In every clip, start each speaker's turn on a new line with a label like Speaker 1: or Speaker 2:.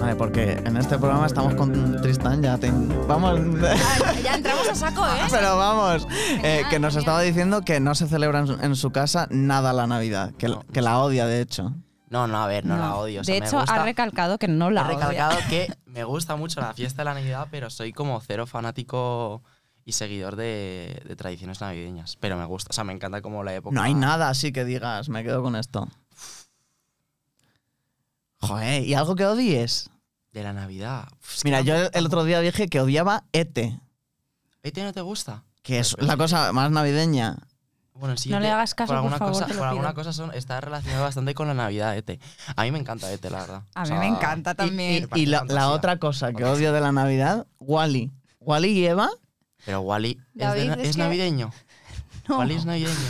Speaker 1: Vale, porque en este programa estamos con Tristán, ya te... Vamos...
Speaker 2: Ah, ya entramos a saco, ¿eh?
Speaker 1: Pero vamos, eh, que nos estaba diciendo que no se celebra en su, en su casa nada la Navidad, que, la- que la odia de hecho.
Speaker 3: No, no, a ver, no, la odio. o sea,
Speaker 4: de
Speaker 3: me
Speaker 4: hecho,
Speaker 3: gusta-
Speaker 4: ha recalcado que no la
Speaker 3: he
Speaker 4: odia.
Speaker 3: recalcado que me gusta mucho la fiesta de la Navidad, pero soy como cero fanático y seguidor de, de tradiciones navideñas. Pero me gusta, o sea, me encanta como la época.
Speaker 1: No hay nada así que digas, me quedo con esto. Joder, ¿y algo que odies?
Speaker 3: De la Navidad. Uf, es que
Speaker 1: Mira,
Speaker 3: no-
Speaker 1: yo el otro día dije que odiaba Ete,
Speaker 3: ¿A ti no te gusta?
Speaker 1: que es la cosa más navideña.
Speaker 3: Bueno, sí.
Speaker 4: le hagas caso,
Speaker 3: por
Speaker 4: por
Speaker 3: alguna
Speaker 4: favor,
Speaker 3: cosa,
Speaker 4: te lo
Speaker 3: por alguna
Speaker 4: pido.
Speaker 3: cosa son, está relacionado bastante con la Navidad, Ete. A mí me encanta Ete, la verdad.
Speaker 4: A
Speaker 3: O
Speaker 4: mí
Speaker 3: sea,
Speaker 4: me encanta también.
Speaker 3: parece
Speaker 1: Y la, la
Speaker 3: fantasía.
Speaker 1: otra cosa que odio de la Navidad, Wally. Wally y Eva,
Speaker 3: Pero Wally es, de
Speaker 2: David,
Speaker 3: na-
Speaker 2: es
Speaker 3: es
Speaker 2: que-
Speaker 3: navideño. Wally es navideño.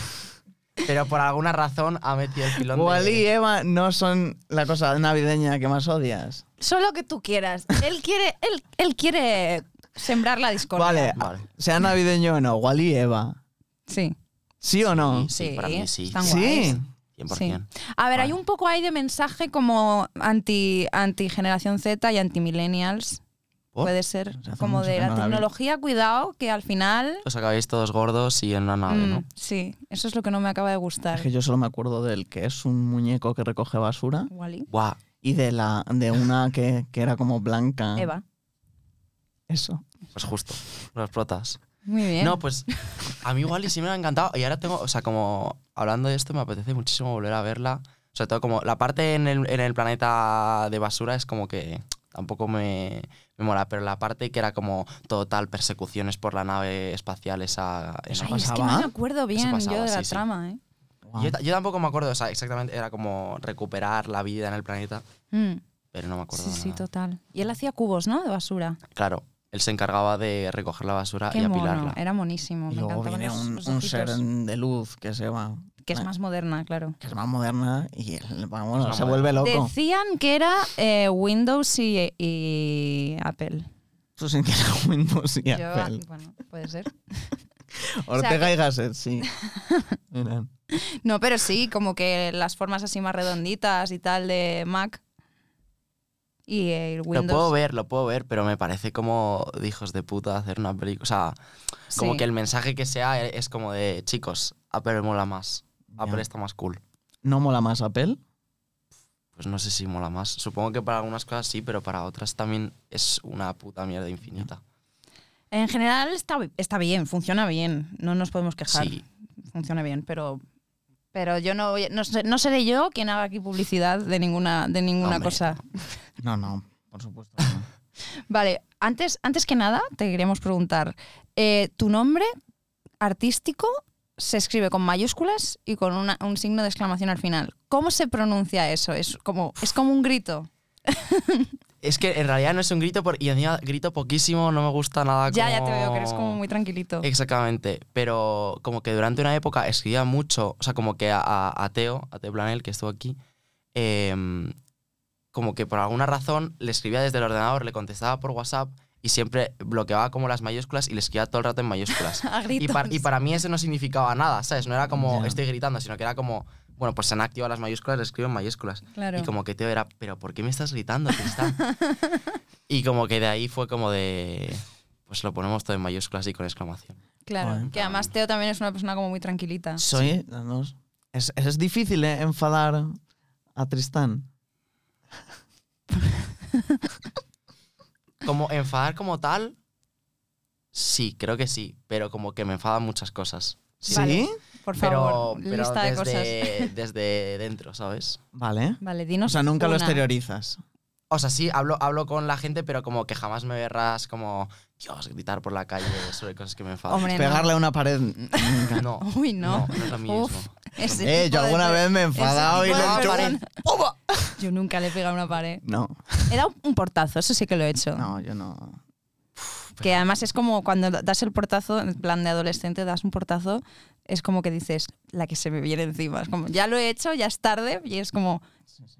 Speaker 3: Pero por alguna razón ha metido el filón de-
Speaker 1: Wally y Eva no son la cosa navideña que más odias.
Speaker 2: Solo que tú quieras.
Speaker 4: Él quiere, él, él quiere sembrar la discordia.
Speaker 1: Vale,
Speaker 3: Vale.
Speaker 1: sea navideño o no, Wally y Eva.
Speaker 4: Sí.
Speaker 1: ¿Sí o no?
Speaker 3: Sí, para mí sí.
Speaker 4: están
Speaker 1: Sí.
Speaker 4: guays.
Speaker 3: 100%.
Speaker 4: A ver,
Speaker 3: Vale.
Speaker 4: hay un poco ahí de mensaje como anti, anti generación Z y anti millennials.
Speaker 3: ¿Por?
Speaker 4: Puede ser
Speaker 1: Pues hace
Speaker 4: como
Speaker 1: mucho
Speaker 4: de
Speaker 1: que no
Speaker 4: la
Speaker 1: la vi.
Speaker 4: tecnología, cuidado, que al final...
Speaker 3: Os acabáis todos gordos y en una nave, ¿no?
Speaker 4: Mm, sí, eso es lo que no me acaba de gustar.
Speaker 1: Es que yo solo me acuerdo del que es un muñeco que recoge basura
Speaker 4: Wally.
Speaker 3: Guau.
Speaker 1: y de la de una que, que era como
Speaker 3: Ah.
Speaker 1: blanca.
Speaker 4: Eva.
Speaker 1: Eso.
Speaker 3: Pues justo. Los protas.
Speaker 4: Muy bien.
Speaker 3: No, pues a mí Wally sí me ha encantado. Y ahora tengo, o sea, como hablando de esto, me apetece muchísimo volver a verla. Sobre todo como la parte en el, en el planeta de basura es como que tampoco me, me mola, pero la parte que era como total persecuciones por la nave espacial esa... esa
Speaker 1: Eso
Speaker 4: Ay, es que
Speaker 1: pasaba.
Speaker 4: no me acuerdo bien
Speaker 3: pasaba,
Speaker 4: yo de la
Speaker 3: sí, sí.
Speaker 4: trama, ¿eh?
Speaker 1: Guau.
Speaker 3: yo, ta- yo tampoco me acuerdo, o sea, exactamente era como recuperar la vida en el planeta,
Speaker 4: Mm,
Speaker 3: pero no me acuerdo.
Speaker 4: Sí,
Speaker 3: de
Speaker 4: sí,
Speaker 3: nada.
Speaker 4: total. Y él hacía cubos, ¿no? De basura.
Speaker 3: Claro, él se encargaba de recoger la basura
Speaker 4: Qué
Speaker 3: Ah, y
Speaker 4: mono.
Speaker 3: apilarla.
Speaker 4: Era monísimo.
Speaker 1: Y
Speaker 4: me
Speaker 1: luego
Speaker 4: encantaban
Speaker 1: viene
Speaker 4: los-
Speaker 1: un,
Speaker 4: los
Speaker 1: un
Speaker 4: ojitos.
Speaker 1: ser de luz que se va.
Speaker 4: Que es más moderna, claro.
Speaker 1: que es más moderna y el- bueno,
Speaker 3: Es
Speaker 1: se
Speaker 3: una
Speaker 1: vuelve loco.
Speaker 4: Decían que era eh, Windows y, y Apple.
Speaker 1: Tú sin que era Windows y
Speaker 4: Yo,
Speaker 1: Apple.
Speaker 4: bueno, puede ser.
Speaker 1: Ortega y Gasset, sí. Eran.
Speaker 4: No, pero sí, como que las formas así más redonditas y tal de Mac. Y el Windows.
Speaker 3: Lo puedo ver, lo puedo ver, pero me parece como de hijos de puta hacer una película. O sea, como
Speaker 4: sí.
Speaker 3: que el mensaje que sea es como de chicos, Apple mola más. Apple
Speaker 1: Ya.
Speaker 3: está más cool.
Speaker 1: ¿No mola más Apple?
Speaker 3: Pues no sé si mola más. Supongo que para algunas cosas sí, pero para otras también es una puta mierda infinita.
Speaker 4: En general está, está bien, funciona bien. No nos podemos quejar.
Speaker 3: Sí.
Speaker 4: Funciona bien, pero. Pero yo no, voy- no, sé- no seré yo quien haga aquí publicidad de ninguna, de ninguna
Speaker 3: Hombre.
Speaker 4: cosa.
Speaker 1: No, no, por supuesto. que no.
Speaker 4: Vale, antes, antes que nada, te queríamos preguntar, eh, ¿tu nombre artístico se escribe con mayúsculas y con una- un signo de exclamación al final? ¿Cómo se pronuncia eso? Es como, es como un grito.
Speaker 3: Es que en realidad no es un grito por- y encima grito poquísimo, no me gusta nada.
Speaker 4: Ya, ya te
Speaker 3: Ah, como- Eh,
Speaker 4: veo que eres como muy tranquilito.
Speaker 3: Exactamente, pero como que durante una época escribía mucho, o sea, como que a, a- a Teo, a Teo Planel, que estuvo aquí, em, como que por alguna razón le escribía desde el ordenador, le contestaba por WhatsApp y siempre bloqueaba como las mayúsculas y le escribía todo el rato en mayúsculas.
Speaker 4: A
Speaker 3: y,
Speaker 4: gritos.
Speaker 3: par- y para mí eso no significaba nada, ¿sabes? No era como
Speaker 1: Ya.
Speaker 3: estoy gritando, sino que era como, bueno, pues se han activado las mayúsculas, le escribo en mayúsculas.
Speaker 4: Claro.
Speaker 3: Y como que Teo era, pero ¿por qué me estás gritando, Tristán?" y como que de ahí fue como de... Pues lo ponemos todo en mayúsculas y con exclamación.
Speaker 4: claro.
Speaker 1: Bueno.
Speaker 4: que además Teo también es una persona como muy tranquilita.
Speaker 1: Soy. las dos. Es, es difícil ¿eh? enfadar a Tristán.
Speaker 3: Como enfadar como tal, sí, creo que sí, pero como que me enfadan muchas cosas.
Speaker 1: ¿Sí?
Speaker 4: Vale. Por
Speaker 3: Pero,
Speaker 4: favor,
Speaker 3: pero
Speaker 4: lista de cosas.
Speaker 3: desde, desde dentro, ¿sabes?
Speaker 1: Vale.
Speaker 4: Vale,
Speaker 1: O
Speaker 4: dinos.
Speaker 1: sea, nunca lo
Speaker 4: una.
Speaker 1: exteriorizas.
Speaker 3: O sea, sí, hablo, hablo con la gente, pero como que jamás me verás como, Dios, gritar por la calle sobre cosas que me enfadan.
Speaker 4: Hombre, no.
Speaker 1: Pegarle a una pared. nunca.
Speaker 3: No,
Speaker 4: Uy, no.
Speaker 3: no, no es lo mismo.
Speaker 4: Uf, ese
Speaker 1: Eh,
Speaker 4: tipo
Speaker 1: yo
Speaker 4: de
Speaker 1: alguna
Speaker 4: per-
Speaker 1: vez me he
Speaker 4: ese
Speaker 1: enfadado y
Speaker 4: tipo
Speaker 1: le
Speaker 4: de
Speaker 1: he hecho
Speaker 4: persona-
Speaker 1: un ¡Opa!
Speaker 4: Yo nunca le he pegado una pared.
Speaker 1: No,
Speaker 4: He dado un portazo, eso sí que lo he hecho.
Speaker 1: no, yo no.
Speaker 4: que además es como cuando das el portazo, en plan de adolescente, das un portazo, es como que dices, la que se me viene encima. Es como, ya lo he hecho, ya es tarde, y es como,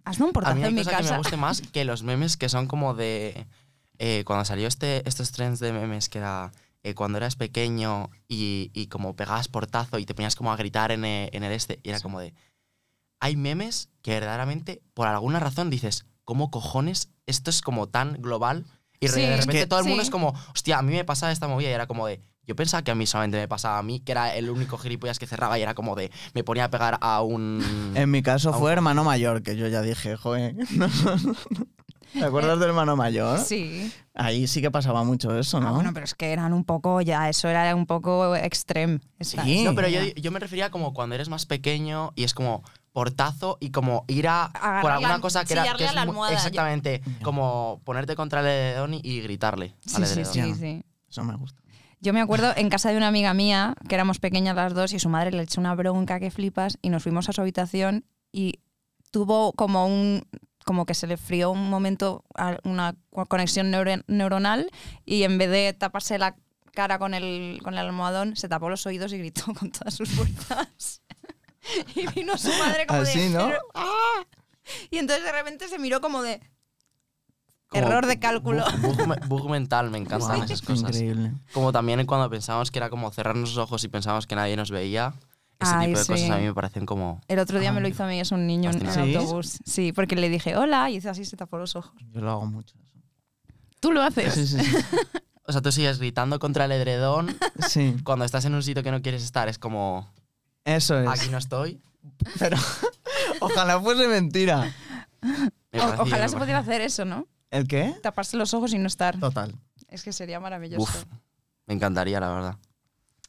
Speaker 4: hazme un
Speaker 3: A mí
Speaker 4: portazo
Speaker 3: hay
Speaker 4: en mi
Speaker 3: cosa que me
Speaker 4: casa.
Speaker 3: guste más que los memes que son como de... eh, cuando salió este, estos trends de memes que era eh, cuando eras pequeño y, y como pegabas portazo y te ponías como a gritar en e- en el, este, y era como de... Hay memes que verdaderamente, por alguna razón, dices, ¿cómo cojones esto es como tan global? Y re-
Speaker 4: Sí.
Speaker 3: de repente
Speaker 1: Es que-
Speaker 3: todo el mundo
Speaker 4: Sí.
Speaker 3: es como, hostia, a mí me pasaba esta movida y era como de, yo pensaba que a mí solamente me pasaba a mí, que era el único gilipollas que cerraba y era como de, me ponía a pegar a
Speaker 4: Mm.
Speaker 3: un...
Speaker 1: En mi caso fue hermano mayor, que yo ya dije, joder. no, no, no. ¿Te acuerdas de hermano mayor?
Speaker 4: Sí.
Speaker 1: Ahí sí que pasaba mucho eso,
Speaker 4: Ah,
Speaker 1: ¿no?
Speaker 4: bueno, pero es que eran un poco, ya, eso era un poco extreme. Está-
Speaker 1: Sí.
Speaker 3: No, pero yo, yo me refería como cuando eres más pequeño y es como portazo y como ir a por
Speaker 4: Agarrarle
Speaker 3: alguna
Speaker 4: al-
Speaker 3: cosa que era
Speaker 2: sillarle
Speaker 3: que
Speaker 2: a
Speaker 3: es
Speaker 2: la
Speaker 3: mu-
Speaker 2: almohada.
Speaker 3: exactamente como ponerte contra el edredón y, y gritarle al
Speaker 4: Sí, sí,
Speaker 3: edredón.
Speaker 4: sí,
Speaker 1: edredón.
Speaker 4: sí.
Speaker 1: Eso me gusta.
Speaker 4: Yo me acuerdo en casa de una amiga mía, que éramos pequeñas las dos, y su madre le echó una bronca que flipas, y nos fuimos a su habitación y tuvo como un como que se le frió un momento a- una co- conexión neuro- neuronal y en vez de taparse la cara con el, con el almohadón, se tapó los oídos y gritó con todas sus fuerzas. y vino su madre como de...
Speaker 1: Así, ¿no?
Speaker 4: "Pero- ¡ah!". Y entonces de repente se miró como de...
Speaker 3: Como
Speaker 4: Error de cálculo.
Speaker 3: Bug, bug me- bug mental, me encantan
Speaker 1: Guau,
Speaker 3: esas cosas.
Speaker 1: Increíble.
Speaker 3: Como también cuando pensábamos que era como cerrarnos los ojos y pensábamos que nadie nos veía. Ese
Speaker 4: Ay,
Speaker 3: tipo de
Speaker 4: sí.
Speaker 3: cosas a mí me parecen como.
Speaker 4: El otro día
Speaker 3: Ah,
Speaker 4: me lo
Speaker 3: mira.
Speaker 4: hizo a mí, es un niño en el
Speaker 1: ¿Sí?
Speaker 4: autobús. Sí, porque le dije hola y hizo así, se tapó los ojos.
Speaker 1: Yo lo hago mucho. eso.
Speaker 4: Tú lo haces.
Speaker 1: Sí, sí, sí.
Speaker 3: O sea, tú sigues gritando contra el edredón
Speaker 1: Sí,
Speaker 3: cuando estás en un sitio que no quieres estar. Es como,
Speaker 1: eso
Speaker 4: Pues
Speaker 1: es.
Speaker 3: aquí no estoy.
Speaker 1: Pero ojalá fuese mentira.
Speaker 3: Me
Speaker 4: O- ojalá
Speaker 3: parecía- me
Speaker 4: se
Speaker 3: parecía-
Speaker 4: pudiera hacer eso, ¿no?
Speaker 1: ¿El qué?
Speaker 4: Taparse los ojos y no estar.
Speaker 1: Total.
Speaker 4: Es que sería maravilloso.
Speaker 3: Uf, me encantaría, la verdad.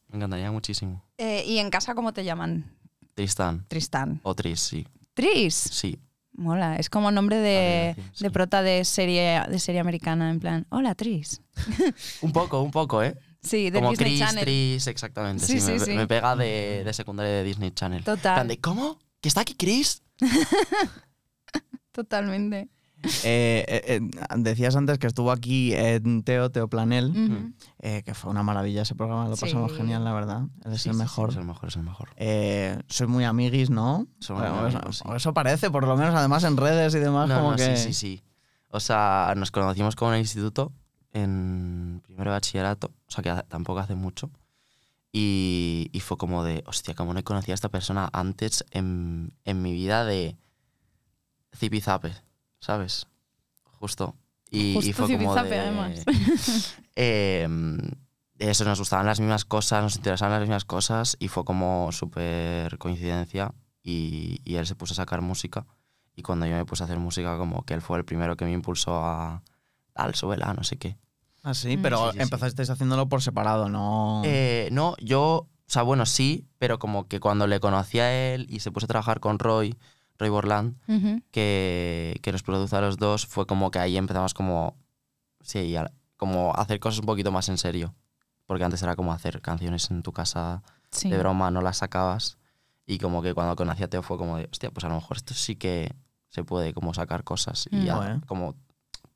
Speaker 3: Me encantaría muchísimo.
Speaker 4: Eh, ¿Y en casa cómo te llaman?
Speaker 3: Tristan.
Speaker 4: Tristán.
Speaker 3: O Tris, sí.
Speaker 4: Tris.
Speaker 3: Sí.
Speaker 4: Mola, es como nombre de,
Speaker 3: Adivinación, sí.
Speaker 4: de prota de serie, de serie americana, en plan, hola Tris.
Speaker 3: Un poco, un poco, ¿eh?
Speaker 4: Sí, de
Speaker 3: Como
Speaker 4: Disney
Speaker 3: Chris,
Speaker 4: Channel.
Speaker 3: Tris, exactamente.
Speaker 4: Sí, sí,
Speaker 3: Sí, me,
Speaker 4: sí.
Speaker 3: me pega de, de secundaria de Disney Channel.
Speaker 4: Total.
Speaker 3: Plan de, ¿Cómo? ¿Que está aquí Chris?
Speaker 4: Totalmente.
Speaker 1: Eh, eh, eh, decías antes que estuvo aquí en Teo, Teo
Speaker 3: Mm.
Speaker 1: Planel,
Speaker 4: Ujú.
Speaker 1: eh, que fue una maravilla ese programa, lo
Speaker 4: Sí.
Speaker 1: pasamos genial, la verdad. Él es
Speaker 3: Sí,
Speaker 1: el
Speaker 3: sí, sí,
Speaker 1: mejor.
Speaker 3: Es el mejor, es el mejor.
Speaker 1: Eh, soy muy amiguis, ¿no?
Speaker 3: Somos
Speaker 1: Bueno,
Speaker 3: muy
Speaker 1: eso,
Speaker 3: amigos, sí.
Speaker 1: eso parece, por lo menos, además en redes y demás,
Speaker 3: No,
Speaker 1: como
Speaker 3: no,
Speaker 1: que...
Speaker 3: sí, sí, sí. O sea, nos conocimos como en el instituto, en primero de bachillerato, o sea, que ha- tampoco hace mucho. Y, y fue como de, hostia, como no conocía a esta persona antes en, en mi vida de zipizape, ¿sabes? Justo. Y, y
Speaker 4: Justo
Speaker 3: fue como
Speaker 4: zipizape,
Speaker 3: de,
Speaker 4: además.
Speaker 3: eh, eso, nos gustaban las mismas cosas, nos interesaban las mismas cosas y fue como súper coincidencia y, y él se puso a sacar música y cuando yo me puse a hacer música como que él fue el primero que me impulsó a al súbela, no sé qué.
Speaker 1: Ah, sí,
Speaker 4: Mm.
Speaker 1: pero
Speaker 3: Sí, sí, sí.
Speaker 1: empezasteis haciéndolo por separado, ¿no?
Speaker 3: Eh, no, yo, o sea, bueno, sí, pero como que cuando le conocí a él y se puso a trabajar con Roy, Roy Borland,
Speaker 4: Ujú.
Speaker 3: que, que nos produce a los dos, fue como que ahí empezamos como, sí, a- como a hacer cosas un poquito más en serio. Porque antes era como hacer canciones en tu casa
Speaker 4: Sí.
Speaker 3: de broma no las sacabas. Y como que cuando conocí a Teo fue como de, hostia, pues a lo mejor esto sí que se puede como sacar cosas y
Speaker 4: Mm.
Speaker 3: ya,
Speaker 1: Joder.
Speaker 3: como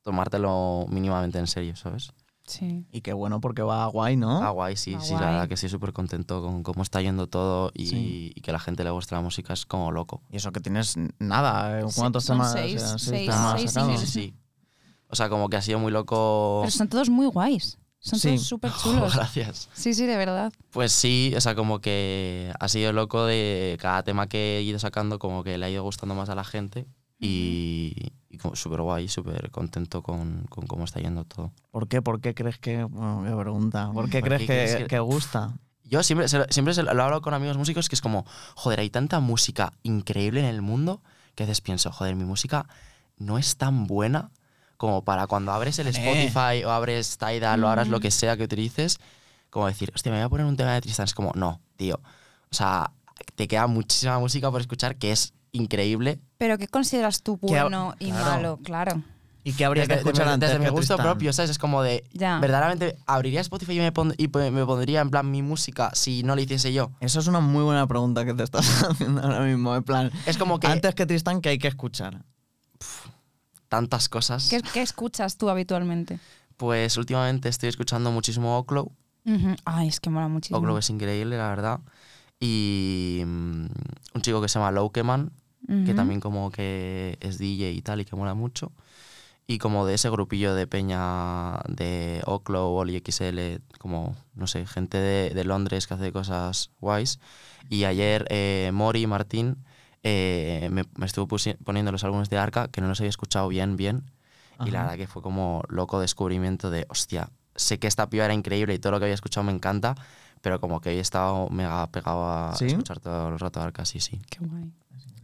Speaker 3: tomártelo mínimamente en serio, ¿sabes?
Speaker 4: Sí.
Speaker 1: Y qué bueno porque va guay, ¿no?
Speaker 3: Ah, guay, sí,
Speaker 4: Ah,
Speaker 3: sí, la
Speaker 4: guay.
Speaker 3: verdad que estoy súper contento con cómo está yendo todo y,
Speaker 1: Sí.
Speaker 3: y que la gente le gusta la música es como loco.
Speaker 1: Y eso que tienes nada, ¿eh?
Speaker 4: Sí,
Speaker 1: ¿cuántos
Speaker 4: son
Speaker 1: temas?
Speaker 4: seis,
Speaker 1: eh,
Speaker 4: seis,
Speaker 1: temas
Speaker 4: seis
Speaker 1: sacados?
Speaker 3: Sí, sí, sí. O sea, como que ha sido muy loco.
Speaker 4: Pero son todos muy guays. Son
Speaker 1: Sí.
Speaker 4: todos súper chulos.
Speaker 3: Oh, Gracias.
Speaker 4: Sí, sí, de verdad.
Speaker 3: Pues sí, o sea, como que ha sido loco de cada tema que he ido sacando, como que le ha ido gustando más a la gente y, y como súper guay, súper contento con, con cómo está yendo todo.
Speaker 1: ¿Por qué? ¿Por qué crees que.? Bueno, qué pregunta. ¿Por qué
Speaker 3: ¿Por
Speaker 1: crees
Speaker 3: qué
Speaker 1: que,
Speaker 3: crees que-
Speaker 1: que gusta?
Speaker 3: Yo siempre, se lo- siempre se lo lo hablo con amigos músicos que es como, joder, hay tanta música increíble en el mundo que a veces pienso, joder, mi música no es tan buena como para cuando abres el
Speaker 1: Eh. Mm.
Speaker 3: Spotify o abres Tidal o abras lo que sea que utilices, como decir, hostia, me voy a poner un tema de Tristan. Es como, no, tío. O sea, te queda muchísima música por escuchar que es increíble.
Speaker 4: Pero ¿qué consideras tú
Speaker 1: Que ha-
Speaker 4: bueno y
Speaker 1: claro.
Speaker 4: malo? Claro.
Speaker 1: ¿Y qué habría que
Speaker 3: Desde-
Speaker 1: escuchar
Speaker 3: desde-
Speaker 1: antes?
Speaker 3: desde mi
Speaker 1: que
Speaker 3: gusto
Speaker 1: Tristán?
Speaker 3: propio, ¿sabes? Es como de,
Speaker 4: Ya.
Speaker 3: verdaderamente, abriría Spotify y me, pon- y pe- me pondría en plan mi música si no la hiciese yo.
Speaker 1: Eso es una muy buena pregunta que te estás haciendo ahora mismo. En plan,
Speaker 3: Es como que
Speaker 1: antes que Tristán, ¿qué hay que escuchar?
Speaker 3: tantas cosas.
Speaker 4: ¿Qué, qué escuchas tú habitualmente?
Speaker 3: Pues últimamente estoy escuchando muchísimo Oclo.
Speaker 4: Ujú. Ay, es que mola muchísimo.
Speaker 3: Oclo es increíble, la verdad. Y mm, un chico que se llama Lowkeman, que
Speaker 4: Ujú.
Speaker 3: también como que es DJ y tal y que mola mucho. Y como de ese grupillo de peña de Oclo, Oli XL, como, no sé, gente de, de Londres que hace cosas guays. Y ayer eh, Mori Martín eh, me, me estuvo pusi- poniendo los álbumes de Arca, que no los había escuchado bien, bien. Y la
Speaker 1: Ajá.
Speaker 3: verdad que fue como loco descubrimiento de, hostia, sé que esta piba era increíble y todo lo que había escuchado me encanta, pero como que hoy he estado mega pegado a
Speaker 1: ¿Sí?
Speaker 3: escuchar todo el rato Arca, sí, sí.
Speaker 4: Qué guay.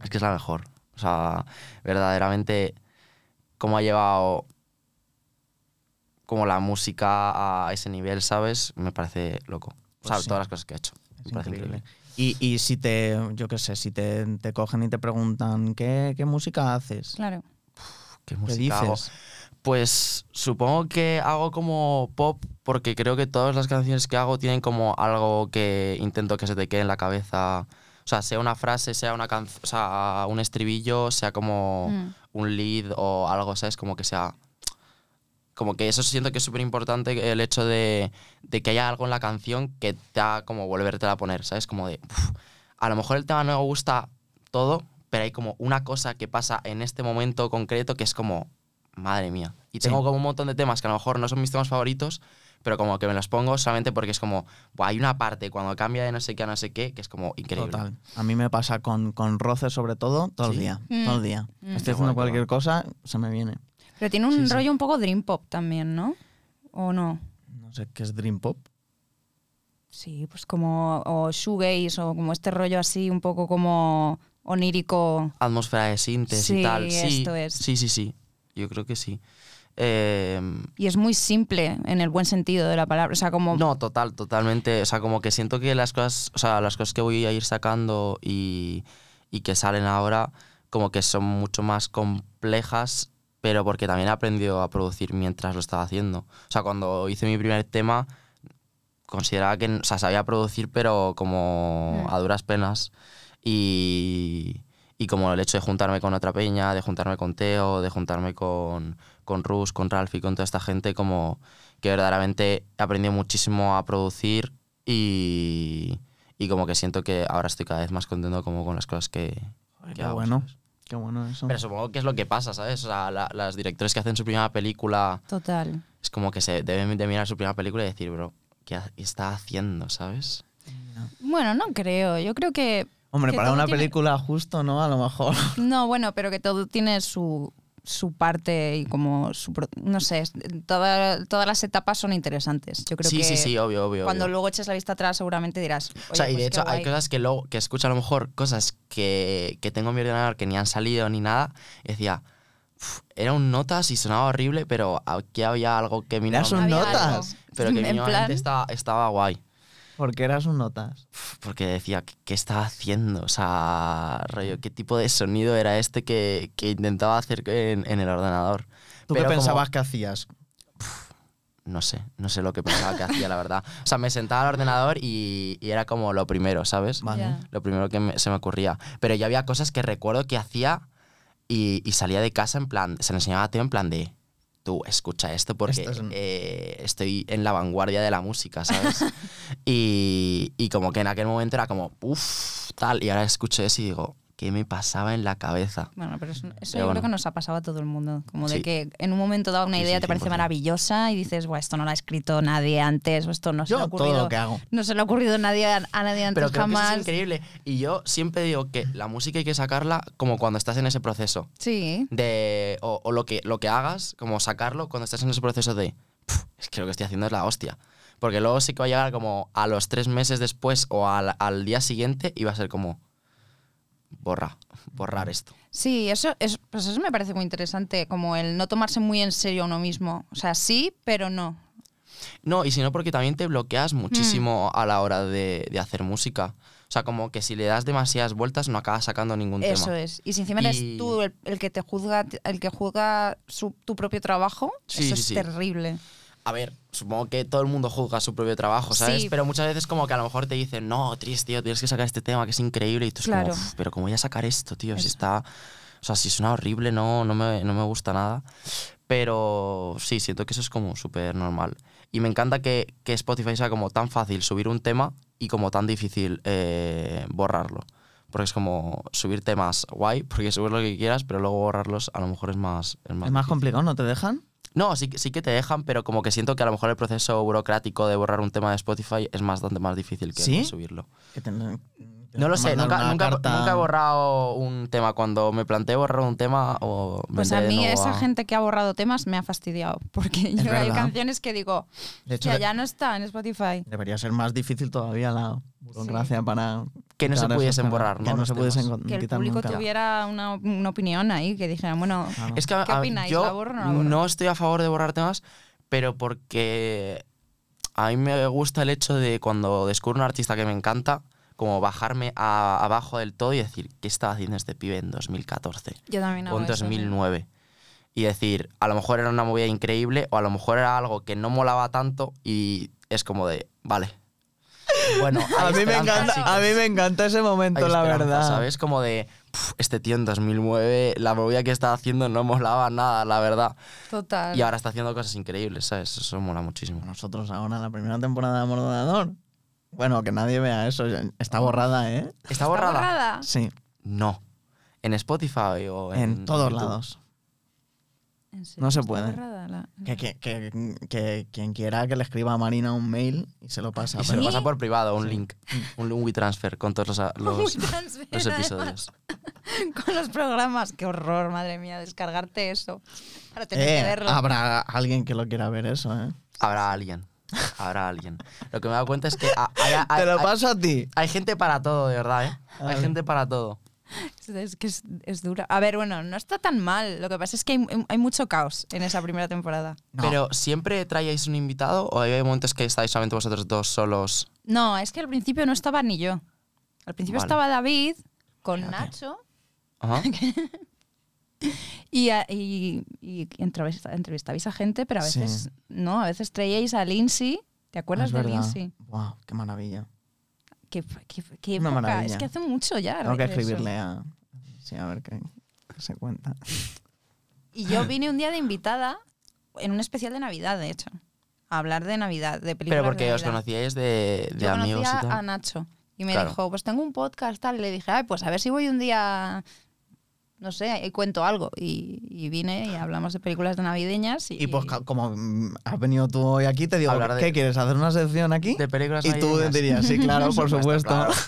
Speaker 3: Es que es la mejor. O sea, verdaderamente, cómo ha llevado como la música a ese nivel, ¿sabes? Me parece loco.
Speaker 1: Pues
Speaker 3: o sea,
Speaker 1: sí.
Speaker 3: todas las cosas que ha hecho.
Speaker 1: Es
Speaker 3: Me parece
Speaker 1: increíble.
Speaker 3: increíble.
Speaker 1: Y, y si te, yo qué sé, si te, te cogen y te preguntan, ¿qué, qué música haces?
Speaker 4: Claro.
Speaker 3: ¿Qué
Speaker 1: ¿Qué
Speaker 3: música hago?
Speaker 1: dices?
Speaker 3: Pues supongo que hago como pop porque creo que todas las canciones que hago tienen como algo que intento que se te quede en la cabeza. O sea, sea una frase, sea una canción, o sea, un estribillo, sea como
Speaker 4: Mm.
Speaker 3: un lead o algo, ¿sabes? Como que sea... Como que eso siento que es súper importante el hecho de, de que haya algo en la canción que te haga como volverte a poner, ¿sabes? Como de... "Uf, a lo mejor el tema no me gusta todo, pero hay como una cosa que pasa en este momento concreto que es como... Madre mía. Y tengo
Speaker 1: Sí.
Speaker 3: como un montón de temas que a lo mejor no son mis temas favoritos, pero como que me los pongo solamente porque es como... "Buah, hay una parte cuando cambia de no sé qué a no sé qué que es como increíble.
Speaker 1: Total. A mí me pasa con, con roce sobre todo todo el
Speaker 3: Sí.
Speaker 1: día.
Speaker 4: Mm.
Speaker 1: Todo el día.
Speaker 4: Mm.
Speaker 1: Estoy
Speaker 3: Qué
Speaker 1: haciendo
Speaker 3: guay, qué
Speaker 1: cualquier cosa, se me viene.
Speaker 4: Pero tiene un
Speaker 1: Sí, sí.
Speaker 4: rollo un poco dream pop también, ¿no? ¿O no?
Speaker 1: No sé qué es Dream Pop.
Speaker 4: Sí, pues como o shoegaze o como este rollo así un poco como onírico.
Speaker 3: atmósfera de síntesis
Speaker 4: Sí,
Speaker 3: y tal. Sí,
Speaker 4: esto es.
Speaker 3: sí, sí, sí. Yo creo que sí. Eh,
Speaker 4: Y es muy simple en el buen sentido de la palabra. O sea, como...
Speaker 3: no, total, totalmente. O sea, como que siento que las cosas, o sea, las cosas que voy a ir sacando y, y que salen ahora, como que son mucho más complejas, pero porque también he aprendido a producir mientras lo estaba haciendo. O sea, cuando hice mi primer tema, consideraba que, o sea, sabía producir, pero como
Speaker 4: Mm.
Speaker 3: a duras penas. Y, y como el hecho de juntarme con otra peña, de juntarme con Teo, de juntarme con, con Rus, con Ralph y con toda esta gente, como que verdaderamente he aprendido muchísimo a producir y, y como que siento que ahora estoy cada vez más contento como con las cosas que, que
Speaker 1: Qué
Speaker 3: hago,
Speaker 1: bueno.
Speaker 3: ¿sabes?
Speaker 1: Qué bueno eso.
Speaker 3: Pero supongo que es lo que pasa, ¿sabes? O sea, la- las directores que hacen su primera película
Speaker 4: Total.
Speaker 3: es como que se deben de mirar su primera película y decir, bro, ¿qué ha- está haciendo, sabes?
Speaker 4: Bueno, no creo. Yo creo que...
Speaker 1: Hombre,
Speaker 4: que
Speaker 1: para
Speaker 4: todo
Speaker 1: una
Speaker 4: tiene-
Speaker 1: película justo, ¿no? A lo mejor.
Speaker 4: No, bueno, pero que todo tiene su, su parte y como su... pro- No sé, es- toda- todas las etapas son interesantes. Yo creo
Speaker 3: sí,
Speaker 4: que
Speaker 3: sí, sí, obvio, obvio.
Speaker 4: cuando
Speaker 3: obvio.
Speaker 4: luego eches la vista atrás seguramente dirás...
Speaker 3: o sea,
Speaker 4: "Oye,
Speaker 3: y de
Speaker 4: pues qué
Speaker 3: hecho hay
Speaker 4: guay".
Speaker 3: cosas que luego, que escucho a lo mejor, cosas que, que tengo en mi ordenador que ni han salido ni nada, y decía, "Uf, era un notas y sonaba horrible, pero aquí había algo que
Speaker 1: Era
Speaker 3: mínimamente-
Speaker 1: sus
Speaker 4: Había
Speaker 1: notas.
Speaker 4: algo.
Speaker 3: Pero que
Speaker 4: En plan-
Speaker 3: mínimamente estaba, estaba guay.
Speaker 1: Porque eras un notas.
Speaker 3: Uf, Porque decía, "¿Qué- ¿qué estaba haciendo? O sea, rollo, ¿qué tipo de sonido era este que, que intentaba hacer en, en el ordenador?
Speaker 1: ¿Tú
Speaker 3: Pero
Speaker 1: qué
Speaker 3: como-
Speaker 1: pensabas que hacías?
Speaker 3: no sé, no sé lo que pensaba que hacía, la verdad. O sea, me sentaba al ordenador y, y era como lo primero, ¿sabes?
Speaker 1: Vale.
Speaker 4: Ya.
Speaker 3: Lo primero que me- se me ocurría. Pero yo había cosas que recuerdo que hacía y, y salía de casa en plan, se le enseñaba a Teo en plan de, tú, escucha esto porque
Speaker 1: Esto es un-
Speaker 3: eh, estoy en la vanguardia de la música, ¿sabes? y, y como que en aquel momento era como, uff, tal, y ahora escucho eso y digo, ¿qué me pasaba en la cabeza?
Speaker 4: Bueno, pero eso, eso yo
Speaker 3: Pero bueno.
Speaker 4: creo que nos ha pasado a todo el mundo. Como de
Speaker 3: Sí.
Speaker 4: que en un momento dado una
Speaker 3: Sí,
Speaker 4: idea
Speaker 3: sí,
Speaker 4: te parece
Speaker 3: 100%.
Speaker 4: maravillosa y dices, Buah, esto no lo ha escrito nadie antes, o esto no se le ha
Speaker 1: Yo todo
Speaker 4: ocurrido.
Speaker 1: lo que hago.
Speaker 4: No se le ha ocurrido nadie a, a nadie antes
Speaker 3: Pero creo que eso
Speaker 4: jamás.
Speaker 3: es increíble. Y yo siempre digo que la música hay que sacarla como cuando estás en ese proceso.
Speaker 4: sí,
Speaker 3: de o, o lo que lo que hagas, como sacarlo cuando estás en ese proceso de "Puf, es que lo que estoy haciendo es la hostia. Porque luego sí que va a llegar como a los tres meses después o al, al día siguiente y va a ser como borra, borrar esto.
Speaker 4: sí, eso es, pues eso me parece muy interesante, como el no tomarse muy en serio a uno mismo. O sea, sí, pero no.
Speaker 3: No, y si no, porque también te bloqueas muchísimo a la hora de, de hacer música. O sea, como que si le das demasiadas vueltas no acabas sacando ningún
Speaker 4: Eso
Speaker 3: tema.
Speaker 4: es. Y si encima
Speaker 3: Y-
Speaker 4: eres tú el, el que te juzga, el que juzga su- tu propio trabajo,
Speaker 3: Sí,
Speaker 4: eso
Speaker 3: sí,
Speaker 4: es
Speaker 3: sí.
Speaker 4: terrible.
Speaker 3: A ver, supongo que todo el mundo juzga su propio trabajo, ¿sabes?
Speaker 4: Sí.
Speaker 3: Pero muchas veces como que a lo mejor te dicen, no, Tris, tío, tienes que sacar este tema que es increíble. Y tú es
Speaker 4: Claro.
Speaker 3: como, "Uf, pero ¿cómo voy a sacar esto, tío? Si
Speaker 4: Eso.
Speaker 3: está... O sea, si suena horrible, no, no, me, no me gusta nada. Pero sí, siento que eso es como súper normal. Y me encanta que, que Spotify sea como tan fácil subir un tema y como tan difícil eh, borrarlo. Porque es como subir temas guay, porque subes lo que quieras, pero luego borrarlos a lo mejor es más... Es más
Speaker 1: Es más
Speaker 3: difícil.
Speaker 1: complicado, ¿no te dejan?
Speaker 3: No, sí, que- sí que te dejan, pero como que siento que a lo mejor el proceso burocrático de borrar un tema de Spotify es bastante más difícil que
Speaker 1: ¿Sí?
Speaker 3: el de subirlo.
Speaker 1: Que ten-
Speaker 3: No lo sé,
Speaker 1: Mandar
Speaker 3: nunca,
Speaker 1: una
Speaker 3: nunca-
Speaker 1: carta.
Speaker 3: nunca he borrado un tema. Cuando me planteé borrar un tema o... me
Speaker 4: Pues a
Speaker 3: enteré de
Speaker 4: mí
Speaker 3: nuevo
Speaker 4: esa
Speaker 3: a-
Speaker 4: gente que ha borrado temas me ha fastidiado, porque yo hay
Speaker 1: verdad.
Speaker 4: canciones que digo,
Speaker 1: De hecho,
Speaker 4: "Hostia,
Speaker 1: de- Mm,
Speaker 4: ya no está en Spotify.
Speaker 1: debería ser más difícil todavía la burocracia para...
Speaker 3: Que no se
Speaker 1: quitar esas
Speaker 3: pudiesen
Speaker 1: cosas.
Speaker 3: borrar, ¿no?
Speaker 1: Que no
Speaker 3: Los
Speaker 1: se pudiesen
Speaker 3: temas.
Speaker 1: con-
Speaker 4: Que el
Speaker 1: quitar
Speaker 4: público
Speaker 1: nunca.
Speaker 4: tuviera una, una opinión ahí, que dijera, bueno,
Speaker 1: Claro.
Speaker 3: Es que a-
Speaker 4: ¿Qué
Speaker 3: a-
Speaker 4: opináis?
Speaker 3: Yo
Speaker 4: ¿La borro o no la borro?
Speaker 3: estoy a favor de borrar temas, pero porque a mí me gusta el hecho de cuando descubro un artista que me encanta, como bajarme a- abajo del todo y decir, ¿qué estaba haciendo este pibe en 2014
Speaker 4: yo también hago
Speaker 3: o en
Speaker 4: eso, sí.
Speaker 3: 2009? Y decir, a lo mejor era una movida increíble o a lo mejor era algo que no molaba tanto y es como de, vale. Bueno, hay
Speaker 1: A mí, me
Speaker 3: esperanza, chicos.
Speaker 1: encanta, a mí me encanta ese momento,
Speaker 3: Hay
Speaker 1: la
Speaker 3: esperanza,
Speaker 1: verdad.
Speaker 3: ¿Sabes? Como de, "Puf, este tío en 2009, la movida que estaba haciendo no molaba nada, la verdad.
Speaker 4: Total.
Speaker 3: Y ahora está haciendo cosas increíbles, ¿sabes? Eso mola muchísimo.
Speaker 1: Nosotros ahora, en la primera temporada de Amordador. Bueno, que nadie vea eso. ya- Está borrada, ¿eh?
Speaker 3: ¿Está
Speaker 4: ¿Está
Speaker 3: borrada?
Speaker 4: borrada?
Speaker 1: Sí,
Speaker 3: No. En Spotify o Pues en...
Speaker 1: en, todos
Speaker 3: YouTube.
Speaker 1: lados.
Speaker 4: ¿En serio
Speaker 1: No se
Speaker 4: está
Speaker 1: puede.
Speaker 4: borrada la-
Speaker 1: Que, que- que- que quien quiera que le escriba a Marina un mail y se lo pasa.
Speaker 3: Y se
Speaker 1: pero-
Speaker 3: lo Ah, pasa por privado, un link, un, un WeTransfer con todos los, los,
Speaker 4: Muy transfer,
Speaker 3: los
Speaker 4: además,
Speaker 3: episodios.
Speaker 4: con los programas. Qué horror, madre mía, descargarte eso. Para tener
Speaker 1: Eh,
Speaker 4: que verlo.
Speaker 1: habrá alguien que lo quiera ver eso, ¿eh?
Speaker 3: Habrá alguien. Habrá alguien. Lo que me he dado cuenta es que a- hay, hay-
Speaker 1: Te lo
Speaker 3: hay-
Speaker 1: paso a ti.
Speaker 3: hay gente para todo, de verdad, ¿eh?
Speaker 1: A
Speaker 3: Hay
Speaker 1: ver.
Speaker 3: gente para todo.
Speaker 4: Es- Es que es, es dura. A ver, bueno, no está tan mal. Lo que pasa es que hay, hay mucho caos en esa primera temporada.
Speaker 1: No.
Speaker 3: Pero ¿siempre traíais un invitado o hay momentos que estáis solamente vosotros dos solos?
Speaker 4: No, es que al principio no estaba ni yo. Al principio
Speaker 3: Vale.
Speaker 4: estaba David con Nacho
Speaker 3: Ajá.
Speaker 4: y, a- y, y entrevista- entrevistabais a gente, pero a
Speaker 1: Sí.
Speaker 4: veces no, a veces traíais a Lindsay. ¿Te acuerdas
Speaker 1: Es
Speaker 4: de
Speaker 1: verdad.
Speaker 4: Lindsay?
Speaker 1: Wow, qué maravilla.
Speaker 4: Qué, qué- qué
Speaker 1: Una
Speaker 4: época.
Speaker 1: maravilla.
Speaker 4: Es que hace mucho ya.
Speaker 1: Tengo que
Speaker 4: de eso.
Speaker 1: escribirle a. Sí, a ver qué qué se cuenta.
Speaker 4: Y yo vine un día de invitada en un especial de Navidad, de hecho. A hablar de Navidad, de películas.
Speaker 3: Pero porque
Speaker 4: de
Speaker 3: os
Speaker 4: Navidad.
Speaker 3: conocíais de, de
Speaker 4: Yo
Speaker 3: amigos
Speaker 4: conocía
Speaker 3: y tal.
Speaker 4: a Nacho y me
Speaker 3: Claro.
Speaker 4: dijo, pues tengo un podcast, tal. Y le dije, ay, pues a ver si voy un día, no sé, y cuento algo. Y, y vine y hablamos de películas de navideñas. Y,
Speaker 1: Y pues, ca- como mm, has venido tú hoy aquí, te digo,
Speaker 3: Hablar de-
Speaker 1: ¿qué quieres? ¿Hacer una sección aquí?
Speaker 3: De películas
Speaker 1: Y tú
Speaker 3: navideñas.
Speaker 1: dirías, sí, claro, por supuesto.
Speaker 3: claro.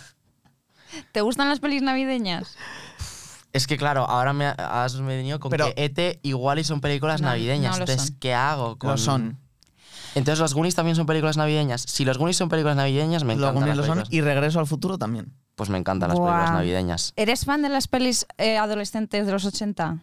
Speaker 4: ¿Te gustan las pelis navideñas?
Speaker 3: Es que claro, ahora me ha- has venido con
Speaker 1: Pero-
Speaker 3: que ET igual y son películas
Speaker 4: No,
Speaker 3: navideñas.
Speaker 4: no lo
Speaker 3: Entonces,
Speaker 4: son.
Speaker 3: ¿qué hago? Con...
Speaker 1: Lo son.
Speaker 3: Entonces, los Goonies también son películas navideñas. Si los Goonies son películas navideñas, me
Speaker 1: Los
Speaker 3: encantan.
Speaker 1: Goonies
Speaker 3: las
Speaker 1: lo son.
Speaker 3: películas-
Speaker 1: Y Regreso al Futuro también.
Speaker 3: Pues me encantan las
Speaker 4: Buah.
Speaker 3: películas navideñas.
Speaker 4: ¿Eres fan de las pelis eh, adolescentes de los 80?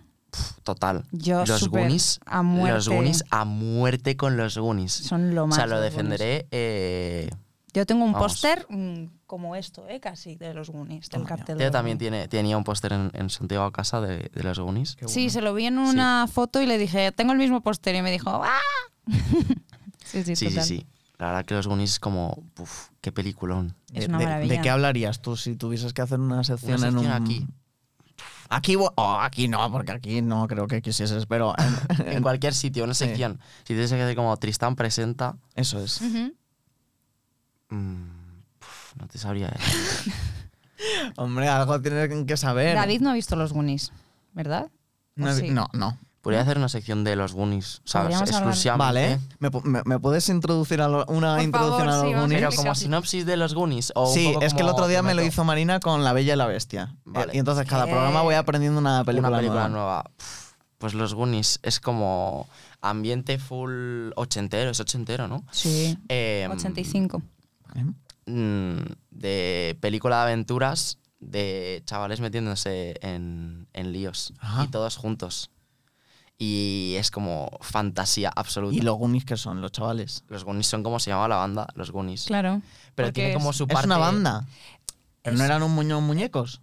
Speaker 3: Total.
Speaker 4: Yo
Speaker 3: los
Speaker 4: súper,
Speaker 3: Goonies.
Speaker 4: a muerte.
Speaker 3: Los Goonies a muerte con los Goonies.
Speaker 4: Son lo
Speaker 3: O
Speaker 4: más.
Speaker 3: sea, lo
Speaker 4: los Goonies.
Speaker 3: defenderé. eh,
Speaker 4: Yo tengo un
Speaker 3: Vamos.
Speaker 4: póster mm, como esto, eh, casi, de los Goonies, del
Speaker 1: Toma ya.
Speaker 4: cartel. de
Speaker 3: Teo
Speaker 4: los
Speaker 3: también
Speaker 4: Goonies.
Speaker 3: tiene, tenía un póster en, en su antigua casa de, de los Goonies.
Speaker 1: Qué
Speaker 4: Sí,
Speaker 1: bueno.
Speaker 4: se lo vi en una foto y le dije, tengo el mismo póster. Y me dijo, ¡ah! sí, sí,
Speaker 3: Sí, sí,
Speaker 4: total.
Speaker 3: sí. La verdad que los Goonies es como, uff, qué peliculón.
Speaker 4: Es
Speaker 1: De-
Speaker 4: una
Speaker 1: de,
Speaker 4: maravilla.
Speaker 1: de qué hablarías tú si tuvieses que hacer una sección,
Speaker 3: Una sección
Speaker 1: en un...
Speaker 3: aquí.
Speaker 1: Aquí, vo- oh, aquí no, porque aquí no creo que quisieses, pero en-
Speaker 3: En cualquier sitio, una
Speaker 1: Sí.
Speaker 3: sección. Si tienes que hacer como Tristán presenta,
Speaker 1: eso es.
Speaker 4: Ujú.
Speaker 3: mm, puf, no te sabría. eh. decir.
Speaker 1: Hombre, algo tienen que saber.
Speaker 4: David no ha visto los Goonies, ¿verdad?
Speaker 1: no,
Speaker 4: ¿O
Speaker 1: he vi-
Speaker 4: sí?
Speaker 1: no, no.
Speaker 3: Podría hacer una sección de los Goonies, ¿sabes?
Speaker 4: Podríamos hablar-
Speaker 3: Exclusivamente.
Speaker 1: Vale, ¿Me, pu- me, me puedes introducir a lo- una
Speaker 4: Por
Speaker 1: introducción
Speaker 4: favor,
Speaker 1: a los
Speaker 4: sí, vamos a
Speaker 1: Goonies?
Speaker 3: Pero
Speaker 4: Sí,
Speaker 3: como
Speaker 4: sí.
Speaker 3: sinopsis de los Goonies. O un
Speaker 1: Sí,
Speaker 3: poco
Speaker 1: es que el
Speaker 3: como
Speaker 1: otro día me lo
Speaker 3: Memento.
Speaker 1: hizo Marina con La Bella y la Bestia.
Speaker 3: Vale.
Speaker 1: Y entonces cada
Speaker 4: Eh.
Speaker 1: programa voy aprendiendo una película,
Speaker 3: una película
Speaker 1: nueva.
Speaker 3: nueva. Pf, Pues los Goonies es como ambiente full ochentero, es ochentero, ¿no?
Speaker 4: Sí.
Speaker 3: Eh,
Speaker 4: 85.
Speaker 1: Vale.
Speaker 3: mm, de película de aventuras de chavales metiéndose en, en líos
Speaker 1: Ajá.
Speaker 3: y todos juntos. Y es como fantasía absoluta.
Speaker 1: ¿Y los Goonies que son, los chavales?
Speaker 3: los Goonies son como se llamaba la banda, los Goonies.
Speaker 4: Claro.
Speaker 3: Pero
Speaker 4: porque
Speaker 3: tiene como
Speaker 4: es-
Speaker 3: su
Speaker 1: Es
Speaker 3: parte.
Speaker 1: una banda. Pero no eran un muño muñecos.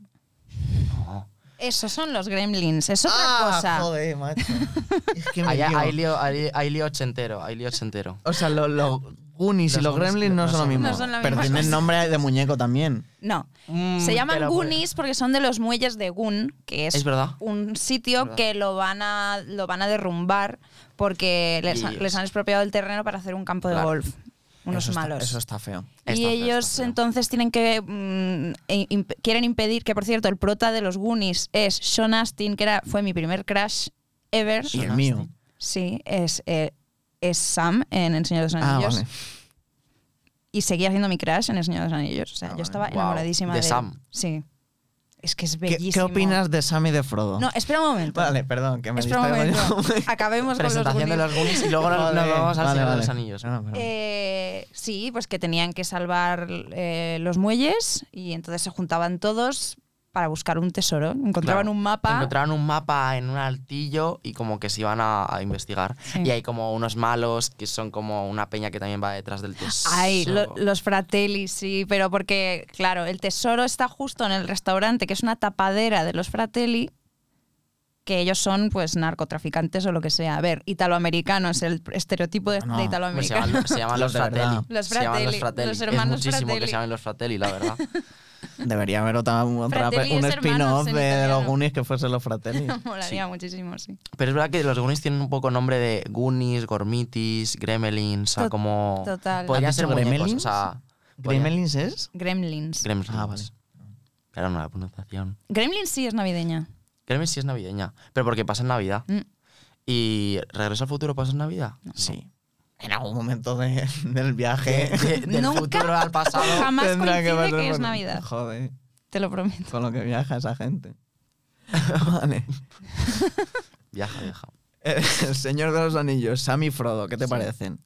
Speaker 3: No.
Speaker 4: Esos son los Gremlins, es otra cosa.
Speaker 1: Ah, Joder, macho. Es que me
Speaker 3: Hay,
Speaker 1: lío.
Speaker 3: hay lío, hay, hay lío ochentero, hay lío ochentero.
Speaker 1: O sea, los, los Goonies y
Speaker 3: Los
Speaker 1: los
Speaker 3: Goonies
Speaker 1: Gremlins no, son lo mismo.
Speaker 4: no son la
Speaker 1: pero
Speaker 4: misma
Speaker 1: tienen
Speaker 4: cosa.
Speaker 1: nombre de muñeco también.
Speaker 4: No.
Speaker 3: Mm,
Speaker 4: Se llaman
Speaker 3: pero-
Speaker 4: Goonies porque son de los muelles de Goon, que es,
Speaker 3: Es verdad.
Speaker 4: un sitio
Speaker 3: Es verdad.
Speaker 4: que lo van a lo van a derrumbar porque les,
Speaker 3: Y-
Speaker 4: han- les han expropiado el terreno para hacer un campo de
Speaker 3: Claro.
Speaker 4: golf. Unos
Speaker 1: eso
Speaker 4: malos.
Speaker 1: Está, eso está feo.
Speaker 3: Está
Speaker 4: Y
Speaker 3: feo,
Speaker 4: ellos
Speaker 3: está feo.
Speaker 4: entonces tienen que. mm, e- imp- quieren impedir que, por cierto, el prota de los Goonies es Sean Astin, que era, fue mi primer crush ever.
Speaker 1: Y el mío.
Speaker 4: Sí, es, eh, es Sam en El Señor de los
Speaker 1: Ah,
Speaker 4: Anillos.
Speaker 1: vale.
Speaker 4: y seguía haciendo mi crash en El Señor de los Anillos. O sea,
Speaker 1: Ah,
Speaker 4: yo
Speaker 1: vale.
Speaker 4: estaba
Speaker 3: Wow.
Speaker 4: enamoradísima
Speaker 3: De
Speaker 4: de,
Speaker 3: Sam.
Speaker 4: Sí. Es que es
Speaker 1: ¿Qué,
Speaker 4: bellísimo.
Speaker 1: qué opinas de Sam y de Frodo?
Speaker 4: No, espera un momento.
Speaker 1: Vale, perdón, que me
Speaker 4: espera un
Speaker 1: distraigo yo.
Speaker 4: momento. Acabemos con los
Speaker 3: Presentación de
Speaker 4: Goonies.
Speaker 3: los Goonies y luego nos, nos
Speaker 1: Vale,
Speaker 3: vamos al
Speaker 1: vale,
Speaker 3: Señor de
Speaker 1: vale.
Speaker 3: los Anillos.
Speaker 1: No, no, perdón.
Speaker 4: Eh, sí, pues que tenían que salvar eh, los muelles y entonces se juntaban todos para buscar un tesoro. Encontraban
Speaker 3: Claro.
Speaker 4: un mapa.
Speaker 3: Encontraron un mapa en un altillo y como que se iban a, a investigar.
Speaker 4: Sí.
Speaker 3: Y hay como unos malos que son como una peña que también va detrás del tesoro.
Speaker 4: Ay, lo- los fratelli, sí, pero porque, claro, el tesoro está justo en el restaurante, que es una tapadera de los fratelli, que ellos son, pues, narcotraficantes o lo que sea. A ver, italoamericano es el estereotipo de, de
Speaker 1: No, pues
Speaker 3: Pues se
Speaker 4: italoamericano.
Speaker 3: llaman, se llaman los,
Speaker 1: Los de verdad.
Speaker 3: fratelli.
Speaker 4: Los
Speaker 3: Se llaman
Speaker 4: fratelli, los
Speaker 3: Es
Speaker 4: hermanos
Speaker 3: muchísimo que
Speaker 4: fratelli.
Speaker 3: se llamen los fratelli, la verdad.
Speaker 1: Debería haber otra, otra
Speaker 4: Fratelli
Speaker 1: pe- un
Speaker 4: es hermanos
Speaker 1: spin-off
Speaker 4: en
Speaker 1: de, de los
Speaker 4: italiano.
Speaker 1: Goonies que fuese los Fratelli.
Speaker 4: Molaría muchísimo, sí.
Speaker 3: Pero es verdad que los Goonies tienen un poco nombre de Goonies, Gormitis, Gremlins, o sea,
Speaker 4: To-
Speaker 3: como...
Speaker 4: total.
Speaker 3: Podría
Speaker 1: ¿Has
Speaker 3: ser
Speaker 1: dicho
Speaker 3: muñecos,
Speaker 1: Gremlins?
Speaker 3: o sea... podría-
Speaker 1: ¿Gremlins es?
Speaker 4: Gremlins.
Speaker 3: Gremlins. pues.
Speaker 1: Ah, vale.
Speaker 3: Claro, no, la pronunciación.
Speaker 4: Gremlins sí es navideña.
Speaker 3: Gremlins sí es navideña, pero porque pasa en Navidad.
Speaker 4: Mm.
Speaker 3: ¿Y Regreso al Futuro pasa en Navidad?
Speaker 1: Sí. En algún momento de- del viaje.
Speaker 3: De- del
Speaker 4: Nunca,
Speaker 3: futuro al pasado.
Speaker 4: Jamás
Speaker 1: tendrá
Speaker 4: coincide que,
Speaker 1: pasar
Speaker 4: es
Speaker 1: por-
Speaker 4: Navidad,
Speaker 1: Joder,
Speaker 4: te lo prometo.
Speaker 1: con lo que viaja esa gente. Vale.
Speaker 3: Viaja, viaja.
Speaker 1: Eh, El Señor de los Anillos, Sam y Frodo, ¿qué te parecen?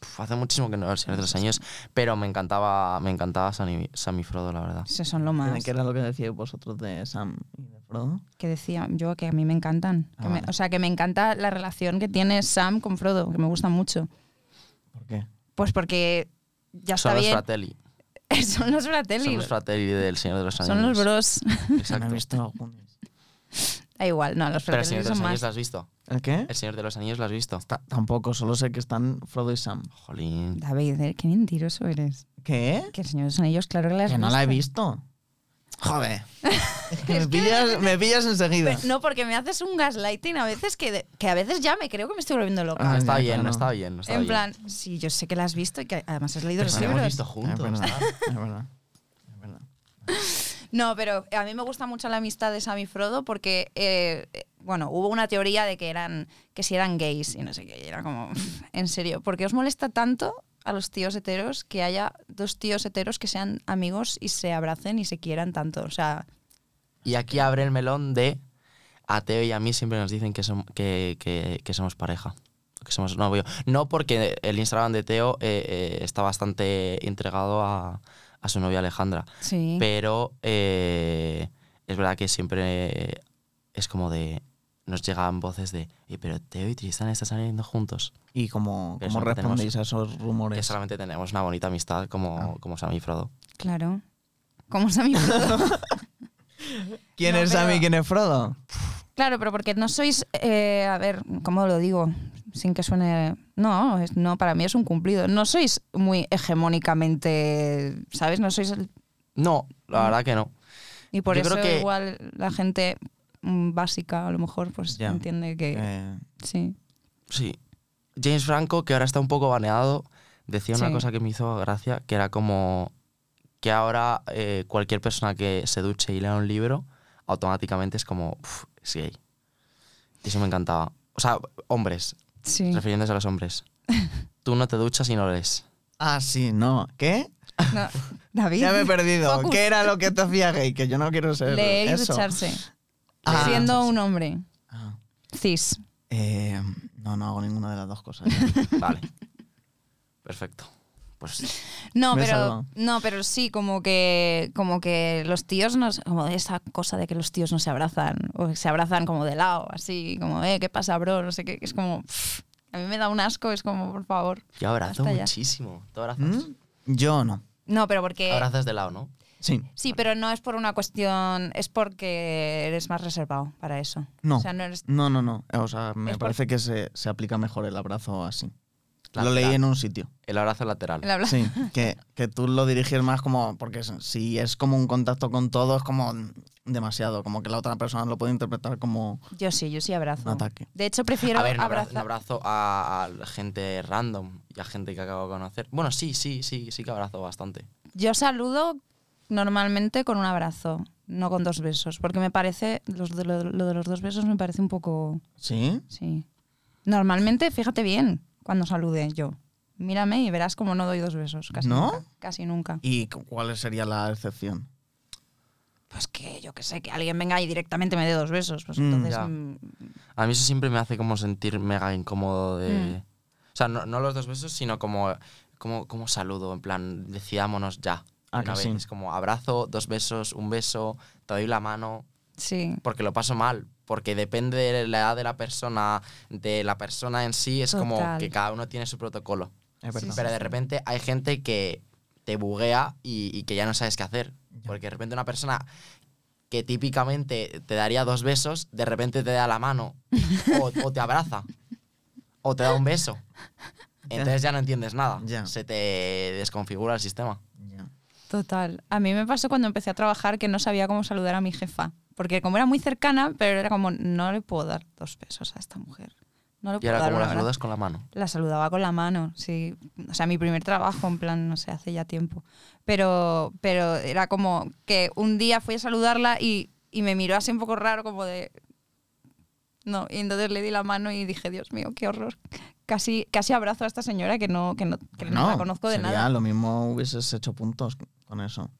Speaker 3: Uf, hace muchísimo que no veo el Señor de los años, pero me encantaba, me encantaba Sammy, Sammy Frodo, la verdad.
Speaker 4: Eso son lo más.
Speaker 1: ¿Qué era lo que decíais vosotros de Sam y de Frodo?
Speaker 4: que decía yo que a mí me encantan.
Speaker 1: Ah,
Speaker 4: Que me-
Speaker 1: vale.
Speaker 4: o sea, que me encanta la relación que tiene Sam con Frodo, que me gusta mucho.
Speaker 1: ¿Por qué?
Speaker 4: Pues porque ya
Speaker 3: Son
Speaker 4: está
Speaker 3: los
Speaker 4: bien.
Speaker 3: Fratelli.
Speaker 4: son los fratelli.
Speaker 3: Son los Fratelli del Señor de los Años.
Speaker 4: Son los bros.
Speaker 1: No
Speaker 3: Exacto.
Speaker 1: he visto los Goonies.
Speaker 4: da igual, no, los
Speaker 3: Pero el
Speaker 4: fratelli
Speaker 3: Señor de los
Speaker 4: son
Speaker 3: Anillos
Speaker 4: más.
Speaker 3: lo has visto.
Speaker 1: ¿El qué?
Speaker 3: El Señor de los Anillos lo has visto.
Speaker 1: Ta- tampoco, solo sé que están Frodo y Sam.
Speaker 3: Jolín.
Speaker 4: David, eh, qué mentiroso eres.
Speaker 1: ¿Qué?
Speaker 4: Que el Señor de los Anillos, claro que la has
Speaker 1: Que no la he
Speaker 4: visto.
Speaker 1: visto. Joder. Es que Pues me, pillas, me pillas enseguida.
Speaker 4: No, porque me haces un gaslighting a veces que, de- que a veces ya me creo que me estoy volviendo loca.
Speaker 1: Ah,
Speaker 3: está,
Speaker 1: ya,
Speaker 3: bien,
Speaker 1: claro.
Speaker 3: está bien, está
Speaker 4: en
Speaker 3: bien.
Speaker 4: plan, sí, yo sé que la has visto y que además has leído
Speaker 3: Pero
Speaker 4: los
Speaker 3: si lo hemos
Speaker 4: libros.
Speaker 3: visto
Speaker 1: Es
Speaker 3: juntos.
Speaker 1: verdad,
Speaker 3: tal.
Speaker 1: es verdad, es verdad.
Speaker 4: No, pero eh, a mí me gusta mucho la amistad de Sam y Frodo porque, eh, eh, bueno, hubo una teoría de que eran que si eran gays y no sé qué, y era como, en serio, ¿por qué os molesta tanto a los tíos heteros que haya dos tíos heteros que sean amigos y se abracen y se quieran tanto? O sea,
Speaker 3: Y aquí abre el melón de a Teo y a mí siempre nos dicen que, som- que, que- que somos pareja. Que somos novio. No porque el Instagram de Teo eh, eh, está bastante entregado a, a su novia Alejandra.
Speaker 4: sí.
Speaker 3: Pero eh, es verdad que siempre es como de. Nos llegan voces de. "Oye, pero Teo y Tristan están saliendo juntos.
Speaker 1: ¿Y cómo,
Speaker 3: Pero
Speaker 1: cómo
Speaker 3: eso no tenemos-
Speaker 1: respondéis a esos
Speaker 3: Que
Speaker 1: rumores?
Speaker 3: solamente tenemos una bonita amistad como,
Speaker 4: Ah.
Speaker 3: como Sam y Frodo.
Speaker 4: claro. Como Sam y Frodo.
Speaker 1: ¿Quién
Speaker 4: No,
Speaker 1: es
Speaker 4: pero-
Speaker 1: Sam y quién es Frodo?
Speaker 4: claro, pero porque no sois, eh, a ver, ¿cómo lo digo? Sin que suene... No, es- no, para mí es un cumplido. No sois muy hegemónicamente, ¿sabes? No sois el
Speaker 3: No,
Speaker 4: Mm.
Speaker 3: la verdad que no.
Speaker 4: Y por
Speaker 3: Yo
Speaker 4: eso
Speaker 3: creo que-
Speaker 4: igual la gente mm, básica a lo mejor pues
Speaker 1: Ya.
Speaker 4: entiende que
Speaker 1: Eh,
Speaker 4: sí.
Speaker 3: Sí. James Franco, que ahora está un poco baneado, decía una
Speaker 4: Sí.
Speaker 3: cosa que me hizo gracia, que era como que ahora eh, cualquier persona que se duche y lea un libro, automáticamente es como, "Uf, es gay. Y eso me encantaba. O sea, hombres,
Speaker 4: Sí.
Speaker 3: refiriéndose a los hombres. Tú no te duchas y no lees.
Speaker 1: Ah, sí, no. ¿Qué?
Speaker 4: No, David.
Speaker 1: Ya me he perdido.
Speaker 4: Focus.
Speaker 1: ¿Qué era lo que te hacía gay? Que yo no quiero ser
Speaker 4: Leer y
Speaker 1: eso.
Speaker 4: ducharse.
Speaker 1: Ah.
Speaker 4: Siendo un hombre.
Speaker 1: Ah,
Speaker 4: Cis.
Speaker 1: eh, no, no hago ninguna de las dos cosas.
Speaker 3: Vale. Perfecto. Pues
Speaker 4: No,
Speaker 1: Me he
Speaker 4: pero
Speaker 1: salvado.
Speaker 4: no, pero sí, como que como que los tíos no como de esa cosa de que los tíos no se abrazan o que se abrazan como de lado, así, como eh, ¿qué pasa, bro? No sé qué, que es como pff, a mí me da un asco, es como, por favor.
Speaker 3: yo abrazo
Speaker 4: Hasta ya.
Speaker 3: muchísimo. Tú abrazas.
Speaker 1: ¿Mm? Yo no.
Speaker 4: No, pero porque
Speaker 3: Abrazas de lado, ¿no?
Speaker 1: Sí.
Speaker 4: Sí, pero no es por una cuestión, es porque eres más reservado para eso.
Speaker 1: No.
Speaker 4: O sea, no eres.
Speaker 1: No, no, no. Eh, O sea, me
Speaker 4: Es por-
Speaker 1: parece que se, se aplica mejor el abrazo así.
Speaker 3: La-
Speaker 1: lo leí
Speaker 3: la-
Speaker 1: en un sitio.
Speaker 3: El abrazo lateral.
Speaker 4: el habla-
Speaker 1: Sí, que, que tú lo diriges más como, porque es- si es como un contacto con todo, es como demasiado, como que la otra persona lo puede interpretar como
Speaker 4: Yo sí, yo sí abrazo.
Speaker 1: un ataque.
Speaker 4: De hecho, prefiero
Speaker 3: a ver, no abrazo,
Speaker 4: abrazar.
Speaker 3: no abrazo a, a gente random y a gente que acabo de conocer. Bueno, sí, sí, sí, sí que abrazo bastante.
Speaker 4: Yo saludo normalmente con un abrazo, no con dos besos, porque me parece, los de- lo, lo de los dos besos me parece un poco,
Speaker 1: ¿Sí?
Speaker 4: sí. Normalmente, fíjate bien cuando salude yo. Mírame y verás como no doy dos besos. Casi
Speaker 1: ¿No?
Speaker 4: nunca. Casi nunca.
Speaker 1: ¿Y cu- cuál sería la excepción?
Speaker 4: Pues que yo que sé, que alguien venga y directamente me dé dos besos. Pues
Speaker 1: Mm,
Speaker 4: entonces.
Speaker 3: ya.
Speaker 4: mm,
Speaker 3: A mí eso siempre me hace como sentir mega incómodo de... O sea, no, no los dos besos, sino como, como, como saludo, en plan, decidámonos ya.
Speaker 1: Ah,
Speaker 3: de una
Speaker 1: que
Speaker 3: vez.
Speaker 1: sí.
Speaker 3: Es como abrazo, dos besos, un beso, te doy la mano,
Speaker 4: sí.
Speaker 3: porque lo paso mal. Porque depende de la edad de la persona, de la persona en sí, es como
Speaker 4: Total.
Speaker 3: que cada uno tiene su protocolo.
Speaker 1: Es
Speaker 4: Sí,
Speaker 1: verdad.
Speaker 3: Pero de repente hay gente que te buguea y, y que ya no sabes qué hacer. Porque de repente una persona que típicamente te daría dos besos, de repente te da la mano o, o te abraza o te da un beso. Entonces ya no entiendes nada.
Speaker 1: Ya.
Speaker 3: Se te desconfigura el sistema.
Speaker 1: Ya.
Speaker 4: Total. A mí me pasó cuando empecé a trabajar que no sabía cómo saludar a mi jefa. Porque como era muy cercana, pero era como, no le puedo dar dos besos a esta mujer. No le
Speaker 3: Y
Speaker 4: puedo
Speaker 3: ahora
Speaker 4: dar
Speaker 3: como
Speaker 4: un
Speaker 3: la
Speaker 4: abrazo".
Speaker 3: saludas con la mano.
Speaker 4: La saludaba con la mano, sí. O sea, mi primer trabajo, en plan, no sé, hace ya tiempo. Pero, pero era como que un día fui a saludarla y, y me miró así un poco raro, como de... No, y entonces le di la mano y dije, Dios mío, qué horror. Casi, casi abrazo a esta señora que no, que no, que no
Speaker 1: Bueno,
Speaker 4: la conozco de
Speaker 1: sería
Speaker 4: nada.
Speaker 1: Lo mismo hubieses hecho puntos con eso.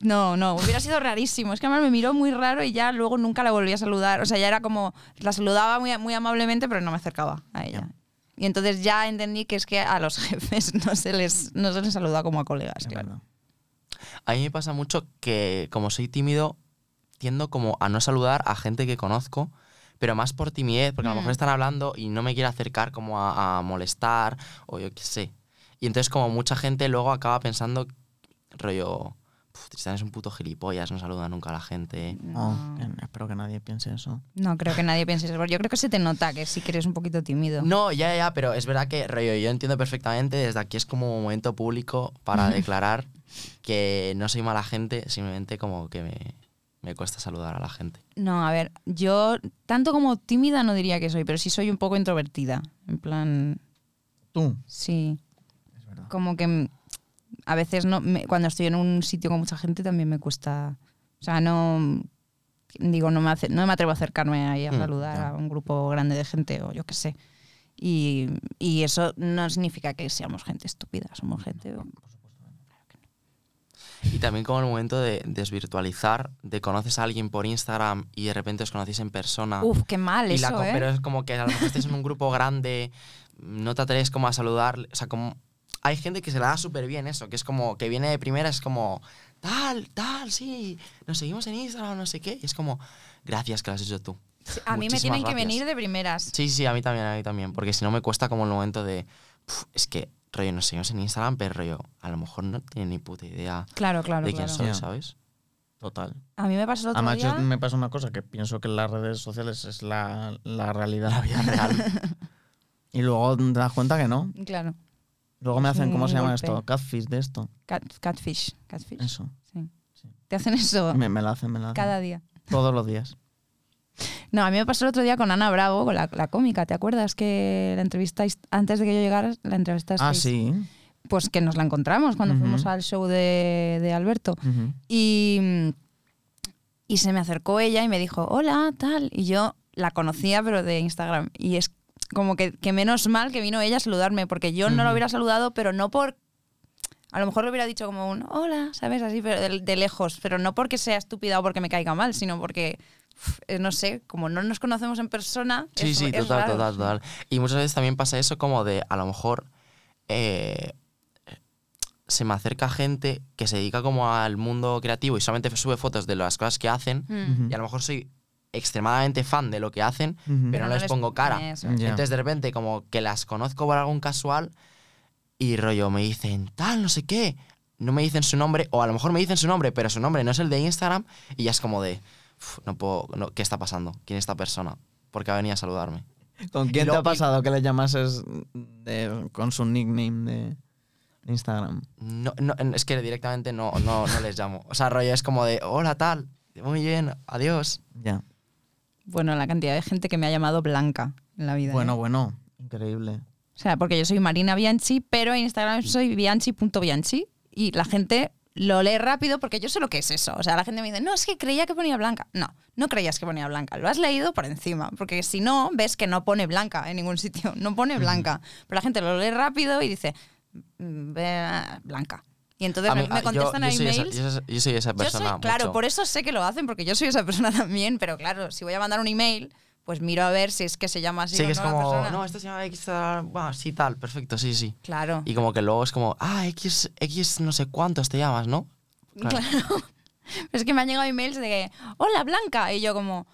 Speaker 4: No, no, hubiera sido rarísimo. Es que además me miró muy raro y ya luego nunca la volví a saludar. O sea, ya era como, la saludaba muy, muy amablemente, pero no me acercaba a ella.
Speaker 1: Ya.
Speaker 4: Y entonces ya entendí que es que a los jefes no se les, no se les saluda como a colegas,
Speaker 1: Es
Speaker 4: claro.
Speaker 1: verdad.
Speaker 3: A mí me pasa mucho que como soy tímido, tiendo como a no saludar a gente que conozco, pero más por timidez, porque a lo mejor
Speaker 4: Mm.
Speaker 3: están hablando y no me quiero acercar como a, a molestar o yo qué sé. Y entonces como mucha gente luego acaba pensando, rollo, "Puf, Tristán es un puto gilipollas, no saluda nunca a la gente.
Speaker 1: Oh,
Speaker 4: No,
Speaker 1: que- espero que nadie piense eso.
Speaker 4: no creo que nadie piense eso. Yo creo que se te nota que sí que eres un poquito tímido.
Speaker 3: No, ya, ya, pero es verdad que, rollo, yo entiendo perfectamente, desde aquí es como un momento público para declarar que no soy mala gente, simplemente como que me, me cuesta saludar a la gente.
Speaker 4: No, a ver, yo tanto como tímida no diría que soy, pero sí soy un poco introvertida. En plan,
Speaker 1: Tú.
Speaker 4: sí.
Speaker 1: Es verdad.
Speaker 4: como que mm, a veces no me- cuando estoy en un sitio con mucha gente también me cuesta o sea no digo no me hace- no me atrevo a acercarme ahí a
Speaker 3: Mm,
Speaker 4: saludar
Speaker 1: ya.
Speaker 4: a un grupo grande de gente o yo qué sé y, y eso no significa que seamos gente estúpida somos gente
Speaker 3: Y también como el momento de desvirtualizar, de conoces a alguien por Instagram y de repente os conocéis en persona.
Speaker 4: uf qué mal
Speaker 3: Ah. y la
Speaker 4: eso
Speaker 3: co-
Speaker 4: eh
Speaker 3: Pero es como que a lo mejor estáis en un grupo grande, no te atreves como a saludar. O sea, como hay gente que se la da súper bien eso, que es como que viene de primera, es como tal, tal, sí, nos seguimos en Instagram, no sé qué. Y es como, gracias que lo has hecho tú.
Speaker 4: a mí me
Speaker 3: muchísimas
Speaker 4: tienen que
Speaker 3: gracias.
Speaker 4: venir de primeras
Speaker 3: Sí, sí, a mí también, a mí también. Porque si no me cuesta como el momento de, "Puf, es que, rollo, nos seguimos en Instagram, pero rollo, a lo mejor no tiene ni puta idea
Speaker 4: claro claro
Speaker 3: de quién
Speaker 4: claro.
Speaker 3: soy,
Speaker 1: Ya.
Speaker 3: ¿sabes?
Speaker 1: Total.
Speaker 4: a mí me pasó el otro
Speaker 1: Además,
Speaker 4: día
Speaker 1: yo me pasa una cosa, que pienso que en las redes sociales es la, la realidad, la vida real. y luego te das cuenta que no.
Speaker 4: claro
Speaker 1: Luego me
Speaker 4: Es
Speaker 1: hacen, ¿cómo
Speaker 4: un
Speaker 1: se llama
Speaker 4: golpe.
Speaker 1: esto? Catfish de esto.
Speaker 4: cat- catfish catfish
Speaker 1: Eso.
Speaker 4: sí.
Speaker 1: Sí.
Speaker 4: te hacen eso
Speaker 1: Me, me la hacen, me la hacen.
Speaker 4: cada día
Speaker 1: Todos los días.
Speaker 4: No, a mí me pasó el otro día con Ana Bravo, con la, la cómica, ¿te acuerdas que la entrevistáis antes de que yo llegara? La entrevistasteis.
Speaker 1: Ah, sí.
Speaker 4: Pues que nos la encontramos cuando
Speaker 1: Ujú.
Speaker 4: fuimos al show de, de Alberto.
Speaker 1: Ujú.
Speaker 4: Y, y se me acercó ella y me dijo, hola, tal. Y yo la conocía, pero de Instagram. Y es como que, que menos mal que vino ella a saludarme, porque yo no la
Speaker 1: Ujú.
Speaker 4: hubiera saludado, pero no por... A lo mejor le hubiera dicho como un hola, ¿sabes? Así, pero de, de lejos. Pero no porque sea estúpida o porque me caiga mal, sino porque, uf, eh, no sé, como no nos conocemos en persona.
Speaker 3: Sí,
Speaker 4: es-
Speaker 3: sí,
Speaker 4: es
Speaker 3: total,
Speaker 4: raro.
Speaker 3: total, total. Y muchas veces también pasa eso como de, a lo mejor, eh, se me acerca gente que se dedica como al mundo creativo y solamente sube fotos de las cosas que hacen.
Speaker 4: Mm.
Speaker 3: Y a lo mejor soy extremadamente fan de lo que hacen,
Speaker 1: Ujú.
Speaker 3: pero no les pongo cara.
Speaker 4: Eso.
Speaker 1: Ya.
Speaker 3: Entonces de repente como que las conozco por algún casual y rollo me dicen tal, no sé qué. No me dicen su nombre, o a lo mejor me dicen su nombre, pero su nombre no es el de Instagram y ya es como de, "Uf, no puedo, no, ¿qué está pasando? ¿Quién es esta persona? Porque ha venido a saludarme.
Speaker 1: ¿Con quién te
Speaker 3: Y luego-
Speaker 1: ha pasado que le llamases de- con su nickname de Instagram?
Speaker 3: No, no, en- es que directamente no, no, no les llamo. O sea, rollo es como de, hola tal, muy bien, adiós.
Speaker 1: Ya.
Speaker 4: Bueno, la cantidad de gente que me ha llamado blanca en la vida.
Speaker 1: Bueno,
Speaker 4: ¿eh?
Speaker 1: bueno. Increíble.
Speaker 4: O sea, porque yo soy Marina Bianchi, pero en Instagram soy bianchi.bianchi y la gente lo lees rápido porque yo sé lo que es eso. O sea, la gente me dice, no, es que creía que ponía blanca. No, no creías que ponía blanca. Lo has leído por encima. Porque si no, ves que no pone blanca en ningún sitio. No pone blanca. Pero la gente lo lee rápido y dice, "Mm, ve- blanca. Y entonces
Speaker 3: A mí-
Speaker 4: me- me
Speaker 3: a- yo-
Speaker 4: contestan a
Speaker 3: yo soy esa-
Speaker 4: emails.
Speaker 3: Yo soy- yo soy esa
Speaker 4: Yo soy-
Speaker 3: persona.
Speaker 4: claro,
Speaker 3: mucho.
Speaker 4: por eso sé que lo hacen, porque yo soy esa persona también, pero claro, si voy a mandar un email, pues miro a ver si es que se llama así.
Speaker 3: Sí,
Speaker 4: o
Speaker 3: que es
Speaker 4: no la
Speaker 3: como,
Speaker 4: persona.
Speaker 3: no, esto se llama X, tal, buah, sí, tal, perfecto, sí, sí.
Speaker 4: Claro.
Speaker 3: Y como que luego es como, ah, X, X no sé cuántos te llamas, ¿no? Claro.
Speaker 4: Claro. Pero es que me han llegado emails de que, hola Blanca. Y yo como...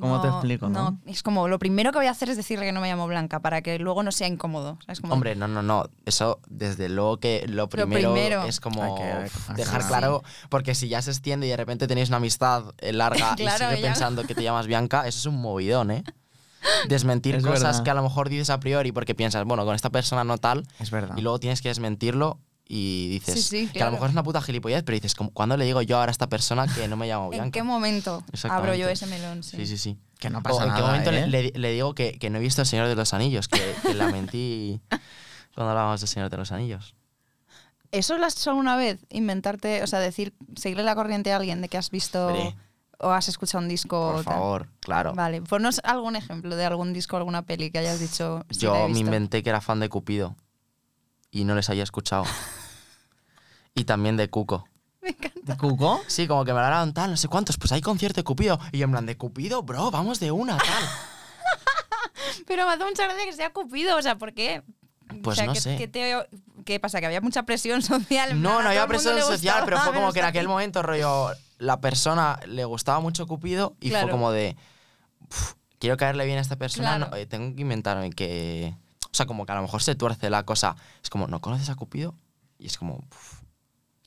Speaker 1: ¿Cómo te
Speaker 4: "No,
Speaker 1: explico, no?".
Speaker 4: Es como, lo primero que voy a hacer es decirle que no me llamo Blanca para que luego no sea incómodo. Es como,
Speaker 3: Hombre, no, no, no. Eso, desde luego que lo primero,
Speaker 4: primero.
Speaker 3: es como
Speaker 1: Hay que- hay que
Speaker 3: pf,
Speaker 1: pasar.
Speaker 3: dejar
Speaker 1: Sí.
Speaker 3: claro, porque si ya se extiende y de repente tenéis una amistad eh, larga
Speaker 4: Claro,
Speaker 3: y sigue
Speaker 4: ya.
Speaker 3: pensando que te llamas Bianca, eso es un movidón, ¿eh? Desmentir
Speaker 1: Es
Speaker 3: cosas
Speaker 1: verdad.
Speaker 3: que a lo mejor dices a priori porque piensas, bueno, con esta persona no tal,
Speaker 1: Es verdad.
Speaker 3: y luego tienes que desmentirlo y dices,
Speaker 4: Sí, sí,
Speaker 3: que a
Speaker 4: claro.
Speaker 3: lo mejor es una puta gilipollez, pero dices, "¿Cómo- ¿cuándo le digo yo ahora a esta persona que no me llamo Bianca?
Speaker 4: ¿en qué momento
Speaker 3: Exactamente.
Speaker 4: abro yo ese melón? Sí.
Speaker 3: Sí, sí, sí.
Speaker 1: Que no pasa
Speaker 3: O ¿En qué
Speaker 1: nada,
Speaker 3: momento
Speaker 1: ¿eh?
Speaker 3: le- le, le digo que, que no he visto El Señor de los Anillos? Que, que la mentí cuando hablábamos del Señor de los Anillos.
Speaker 4: ¿Eso lo has hecho alguna vez? Inventarte, o sea, decir, seguirle la corriente a alguien de que has visto
Speaker 3: Hombre.
Speaker 4: o has escuchado un disco. o
Speaker 3: Por
Speaker 4: tal?
Speaker 3: favor, claro.
Speaker 4: Vale, ponnos algún ejemplo de algún disco, alguna peli que hayas dicho. "Sí, pues la he
Speaker 3: Yo me
Speaker 4: visto".
Speaker 3: inventé que era fan de Cupido y no les había escuchado. Y también de Cuco.
Speaker 4: Me encanta.
Speaker 1: ¿De Cuco?
Speaker 3: Sí, como que me hablaron tal, no sé cuántos, pues hay concierto de Cupido. Y yo en plan, de Cupido, bro, vamos de una, tal.
Speaker 4: Pero me hace mucha gracia que sea Cupido, o sea, ¿por qué? O
Speaker 3: Pues
Speaker 4: sea,
Speaker 3: no
Speaker 4: ¿qué-
Speaker 3: sé.
Speaker 4: ¿qué, te- qué pasa? ¿Que había mucha presión social? En plan,
Speaker 3: No,
Speaker 4: a
Speaker 3: no
Speaker 4: todo
Speaker 3: había
Speaker 4: el mundo
Speaker 3: presión
Speaker 4: le gustaba
Speaker 3: social, pero fue como
Speaker 4: menos
Speaker 3: que en
Speaker 4: a ti.
Speaker 3: aquel momento, rollo, la persona le gustaba mucho Cupido y
Speaker 4: Claro.
Speaker 3: fue como de, "Uf, quiero caerle bien a esta persona,
Speaker 4: Claro.
Speaker 3: no, eh, tengo que inventarme que... O sea, como que a lo mejor se tuerce la cosa. Es como, ¿no conoces a Cupido? Y es como, "Uf,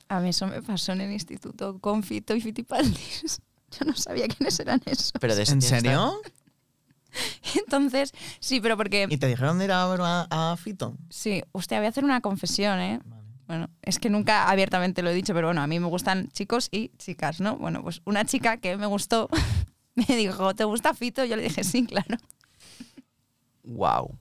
Speaker 4: A mí eso me pasó en el instituto con Fito y Fitipaldis. Yo no sabía quiénes eran esos.
Speaker 3: pero de este
Speaker 1: ¿En serio?
Speaker 4: Entonces, sí, pero porque...
Speaker 1: ¿Y te dijeron de ir a ver a, a Fito?
Speaker 4: Sí, usted, voy a hacer una confesión, ¿eh?
Speaker 1: Vale.
Speaker 4: Bueno, es que nunca abiertamente lo he dicho, pero bueno, a mí me gustan chicos y chicas, ¿no? Bueno, pues una chica que me gustó me dijo, ¿te gusta Fito? Yo le dije, sí, claro.
Speaker 3: Wow.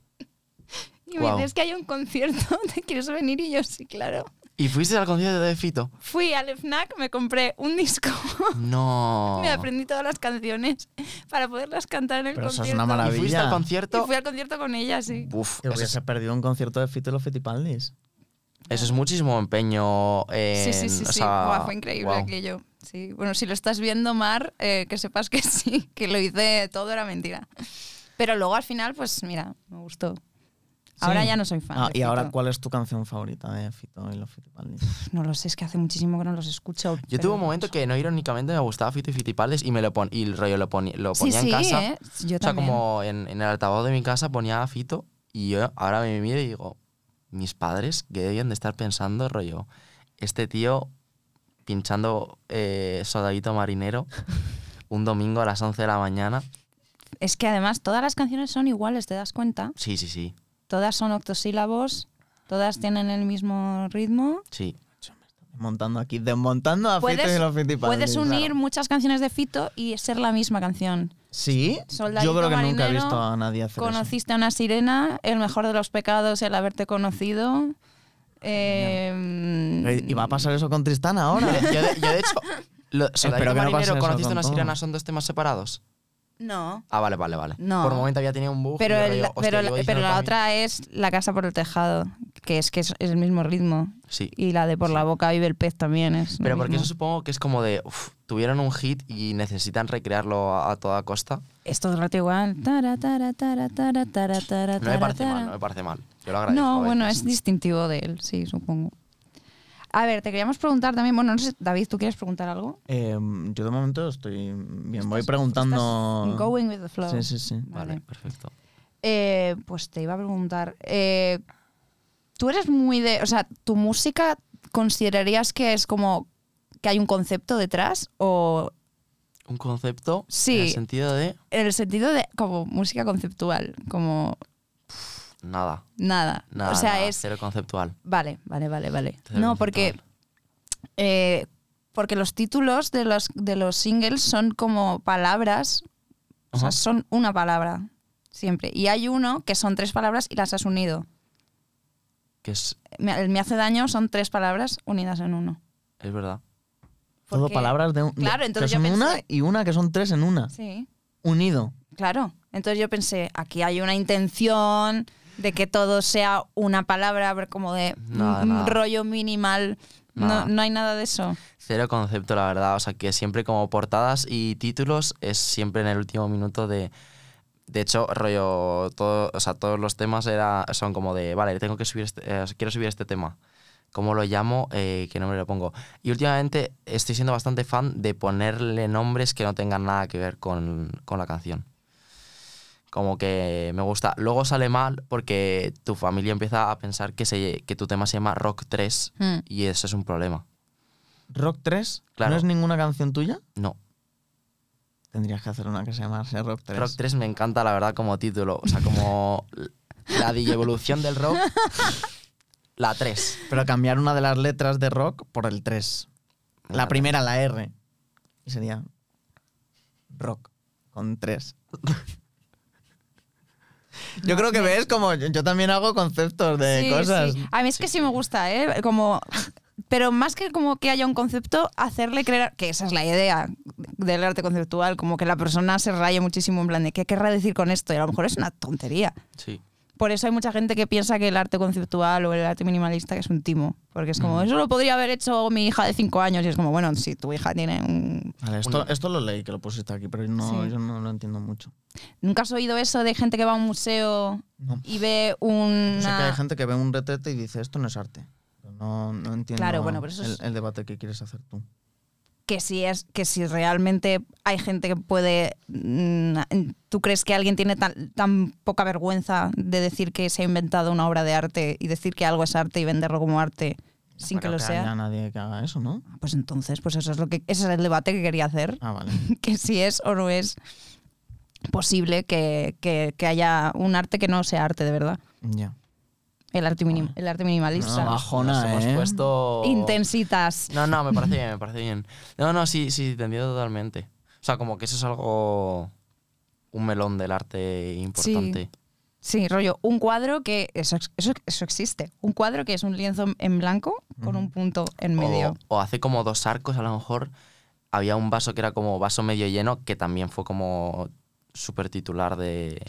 Speaker 4: Y me
Speaker 3: Guau.
Speaker 4: dices que hay un concierto, ¿te quieres venir? Y yo, sí, claro.
Speaker 3: ¿Y fuiste al concierto de Fito?
Speaker 4: Fui al FNAC, me compré un disco,
Speaker 3: No.
Speaker 4: me aprendí todas las canciones para poderlas cantar en el
Speaker 1: Pero eso
Speaker 4: concierto.
Speaker 1: es una
Speaker 3: ¿Y fuiste
Speaker 1: maravilla.
Speaker 3: al
Speaker 4: Y
Speaker 3: concierto?
Speaker 4: fui al concierto con ella, sí.
Speaker 3: Uf,
Speaker 1: Te
Speaker 3: eso es,
Speaker 1: hubieses perdido un concierto de Fito y los Fitipaldis.
Speaker 3: eso es muchísimo empeño.
Speaker 4: Sí,
Speaker 3: en-
Speaker 4: sí, sí,
Speaker 3: o
Speaker 4: sí.
Speaker 3: sea,
Speaker 4: Buah, fue increíble
Speaker 3: guau.
Speaker 4: aquello. Sí. Bueno, si lo estás viendo, Mar, eh, que sepas que sí, que lo hice todo, era mentira. Pero luego al final, pues mira, me gustó. Ahora
Speaker 1: Sí.
Speaker 4: ya no soy fan.
Speaker 1: Ah,
Speaker 4: de
Speaker 1: ¿Y ahora
Speaker 4: Fito.
Speaker 1: cuál es tu canción favorita de Fito y los Fitipaldis?
Speaker 4: No lo sé, es que hace muchísimo que no los escucho.
Speaker 3: Yo tuve un momento que no irónicamente me gustaba Fito y Fitipaldes y me lo pon, y el rollo lo, poni- lo
Speaker 4: Sí,
Speaker 3: ponía
Speaker 4: sí,
Speaker 3: en casa.
Speaker 4: ¿eh? Yo
Speaker 3: o sea,
Speaker 4: también.
Speaker 3: como en, en el altavoz de mi casa ponía a Fito y yo ahora me miro y digo, mis padres que debían de estar pensando, rollo, este tío pinchando eh, soldadito marinero un domingo a las 11 de la mañana.
Speaker 4: Es que además todas las canciones son iguales, ¿te das cuenta?
Speaker 3: Sí, sí, sí,
Speaker 4: Todas son octosílabos, todas tienen el mismo ritmo.
Speaker 3: sí.
Speaker 1: Montando aquí, desmontando a Fito y
Speaker 4: Puedes,
Speaker 1: los Fitipaldis.
Speaker 4: puedes unir
Speaker 1: Claro.
Speaker 4: muchas canciones de Fito y ser la misma canción.
Speaker 1: Sí,
Speaker 4: Soldadito
Speaker 1: yo creo que nunca he
Speaker 4: marinero,
Speaker 1: visto a nadie hacer eso.
Speaker 4: Conociste a una sirena, el mejor de los pecados, el haberte conocido. Eh,
Speaker 1: ¿Y va a pasar eso con Tristán ahora?
Speaker 3: Yo, de- yo de hecho, lo,
Speaker 1: que
Speaker 3: soldadito
Speaker 1: no pase
Speaker 3: marinero,
Speaker 1: eso
Speaker 3: conociste
Speaker 1: con
Speaker 3: una
Speaker 1: todo.
Speaker 3: sirena, son dos temas separados.
Speaker 4: No.
Speaker 3: Ah, vale, vale, vale.
Speaker 4: No.
Speaker 3: Por un momento había tenido un bug.
Speaker 4: Pero,
Speaker 3: y yo
Speaker 4: el-
Speaker 3: rollo, hostia,
Speaker 4: pero, la-
Speaker 3: llevo
Speaker 4: pero
Speaker 3: diciendo
Speaker 4: la
Speaker 3: toda mi-
Speaker 4: otra es La casa por el tejado, que es que es, es el mismo ritmo.
Speaker 3: Sí.
Speaker 4: Y la de Por la boca vive el pez también es. lo
Speaker 3: Pero porque
Speaker 4: mismo.
Speaker 3: eso supongo que es como de, uf, tuvieron un hit y necesitan recrearlo a, a toda costa.
Speaker 4: es todo el rato igual. Tara, tara, tara, tara, tara, tara,
Speaker 3: No me parece
Speaker 4: tara.
Speaker 3: mal, no me parece mal. Yo lo agradezco. ¿eh? a
Speaker 4: No,
Speaker 3: veces.
Speaker 4: bueno, es distintivo de él, sí, supongo. A ver, te queríamos preguntar también, bueno, no sé, David, ¿tú quieres preguntar algo?
Speaker 1: Eh, yo de momento estoy bien, voy
Speaker 4: Estás-
Speaker 1: preguntando...
Speaker 4: estás going with the flow.
Speaker 1: Sí, sí, sí.
Speaker 3: Vale,
Speaker 4: Vale.
Speaker 3: perfecto.
Speaker 4: Eh, pues te iba a preguntar, eh, tú eres muy de, o sea, ¿tu música considerarías que es como que hay un concepto detrás o
Speaker 3: Un concepto
Speaker 4: Sí.
Speaker 3: en el sentido de
Speaker 4: en el sentido de como música conceptual, como
Speaker 3: nada.
Speaker 4: nada?
Speaker 3: Nada,
Speaker 4: o sea,
Speaker 3: nada,
Speaker 4: es...
Speaker 3: cero conceptual.
Speaker 4: Vale, vale, vale, vale.
Speaker 3: cero
Speaker 4: No, porque,
Speaker 3: conceptual.
Speaker 4: eh, porque los títulos de los, de los singles son como palabras, o sea,
Speaker 3: Ajá.
Speaker 4: son una palabra siempre. Y hay uno que son tres palabras y las has unido.
Speaker 3: Que es.
Speaker 4: me, el me hace daño son tres palabras unidas en uno.
Speaker 3: Es verdad.
Speaker 1: Todo
Speaker 4: Porque-
Speaker 1: palabras de un. de-
Speaker 4: Claro, entonces
Speaker 1: que
Speaker 4: yo
Speaker 1: son
Speaker 4: pensé-
Speaker 1: una y una que son tres en
Speaker 3: Ah.
Speaker 1: una.
Speaker 4: Sí.
Speaker 1: Unido.
Speaker 4: Claro. Entonces yo pensé, aquí hay una intención de que todo sea una palabra pero como de
Speaker 3: Nada,
Speaker 4: un
Speaker 3: nada.
Speaker 4: rollo minimal. No,
Speaker 3: Nada.
Speaker 4: no hay nada de eso.
Speaker 3: Cero concepto, la verdad. O sea, que siempre como portadas y títulos es siempre en el último minuto de... De hecho, rollo, todo, o sea, todos los temas era, son como de, vale, tengo que subir este, eh, quiero subir este tema. ¿Cómo lo llamo? Eh, ¿Qué nombre le pongo? Y últimamente estoy siendo bastante fan de ponerle nombres que no tengan nada que ver con, con la canción. Como que me gusta. Luego sale mal porque tu familia empieza a pensar que, se, que tu tema se llama Rock 3
Speaker 4: Mm.
Speaker 3: y eso es un problema.
Speaker 1: Rock 3,
Speaker 3: Claro.
Speaker 1: ¿no es ninguna canción tuya?
Speaker 3: No.
Speaker 1: Tendrías que hacer una que se llamase Rock 3.
Speaker 3: Rock 3 me encanta, la verdad, como título. O sea, como la evolución del rock. La 3.
Speaker 1: Pero cambiar una de las letras de rock por el 3. La primera, la R. Y sería rock con 3. Yo creo que ves como yo, yo también hago conceptos de
Speaker 4: Sí,
Speaker 1: cosas.
Speaker 4: sí. A mí es que sí me gusta, ¿eh? Como, pero más que como que haya un concepto, hacerle creer, que esa es la idea del arte conceptual, como que la persona se raye muchísimo en plan de qué querrá decir con esto, y a lo mejor es una tontería.
Speaker 3: Sí.
Speaker 4: Por eso hay mucha gente que piensa que el arte conceptual o el arte minimalista que es un timo, porque es
Speaker 1: Mm.
Speaker 4: como, eso lo podría haber hecho mi hija de 5 años, y es como, bueno, si tu hija tiene un...
Speaker 1: Vale, esto,
Speaker 3: Una-
Speaker 1: esto lo leí, que lo pusiste aquí, pero no,
Speaker 4: Sí.
Speaker 1: yo no lo entiendo mucho.
Speaker 4: ¿Nunca has oído eso de gente que va a un museo
Speaker 1: No.
Speaker 4: y ve
Speaker 1: Yo sé que hay
Speaker 4: una...
Speaker 1: gente que ve un retrete y dice, esto no es arte. Pero No, no entiendo
Speaker 4: Claro, bueno, pero eso
Speaker 1: el,
Speaker 4: es-
Speaker 1: el debate que quieres hacer tú.
Speaker 4: que si es que si realmente hay gente que puede mm, tú crees que alguien tiene tan, tan poca vergüenza de decir que se ha inventado una obra de arte y decir que algo es arte y venderlo como arte sin que
Speaker 1: Para
Speaker 4: lo
Speaker 1: haya
Speaker 4: sea
Speaker 1: nadie que haga eso, ¿no?
Speaker 4: pues entonces pues eso es lo que ese es el debate que quería hacer
Speaker 1: Ah, vale.
Speaker 4: que si es o no es posible que, que- que haya un arte que no sea arte de verdad
Speaker 1: Ya.
Speaker 4: el arte minim- el arte minimalista
Speaker 1: No, bajo. Jona,
Speaker 3: Nos hemos
Speaker 1: ¿eh?
Speaker 3: puesto...
Speaker 4: intensitas
Speaker 3: No, no, me parece bien, me parece bien. No, no, sí, sí, te entiendo totalmente. O sea, como que eso es algo... Un melón del arte importante.
Speaker 4: Sí, rollo, un cuadro que. Eso, eso, eso existe. Un cuadro que es un lienzo en blanco con un punto
Speaker 1: Oh,
Speaker 4: en medio.
Speaker 3: O, o hace como dos arcos, a lo mejor había un vaso que era como vaso medio lleno, que también fue como súper titular de,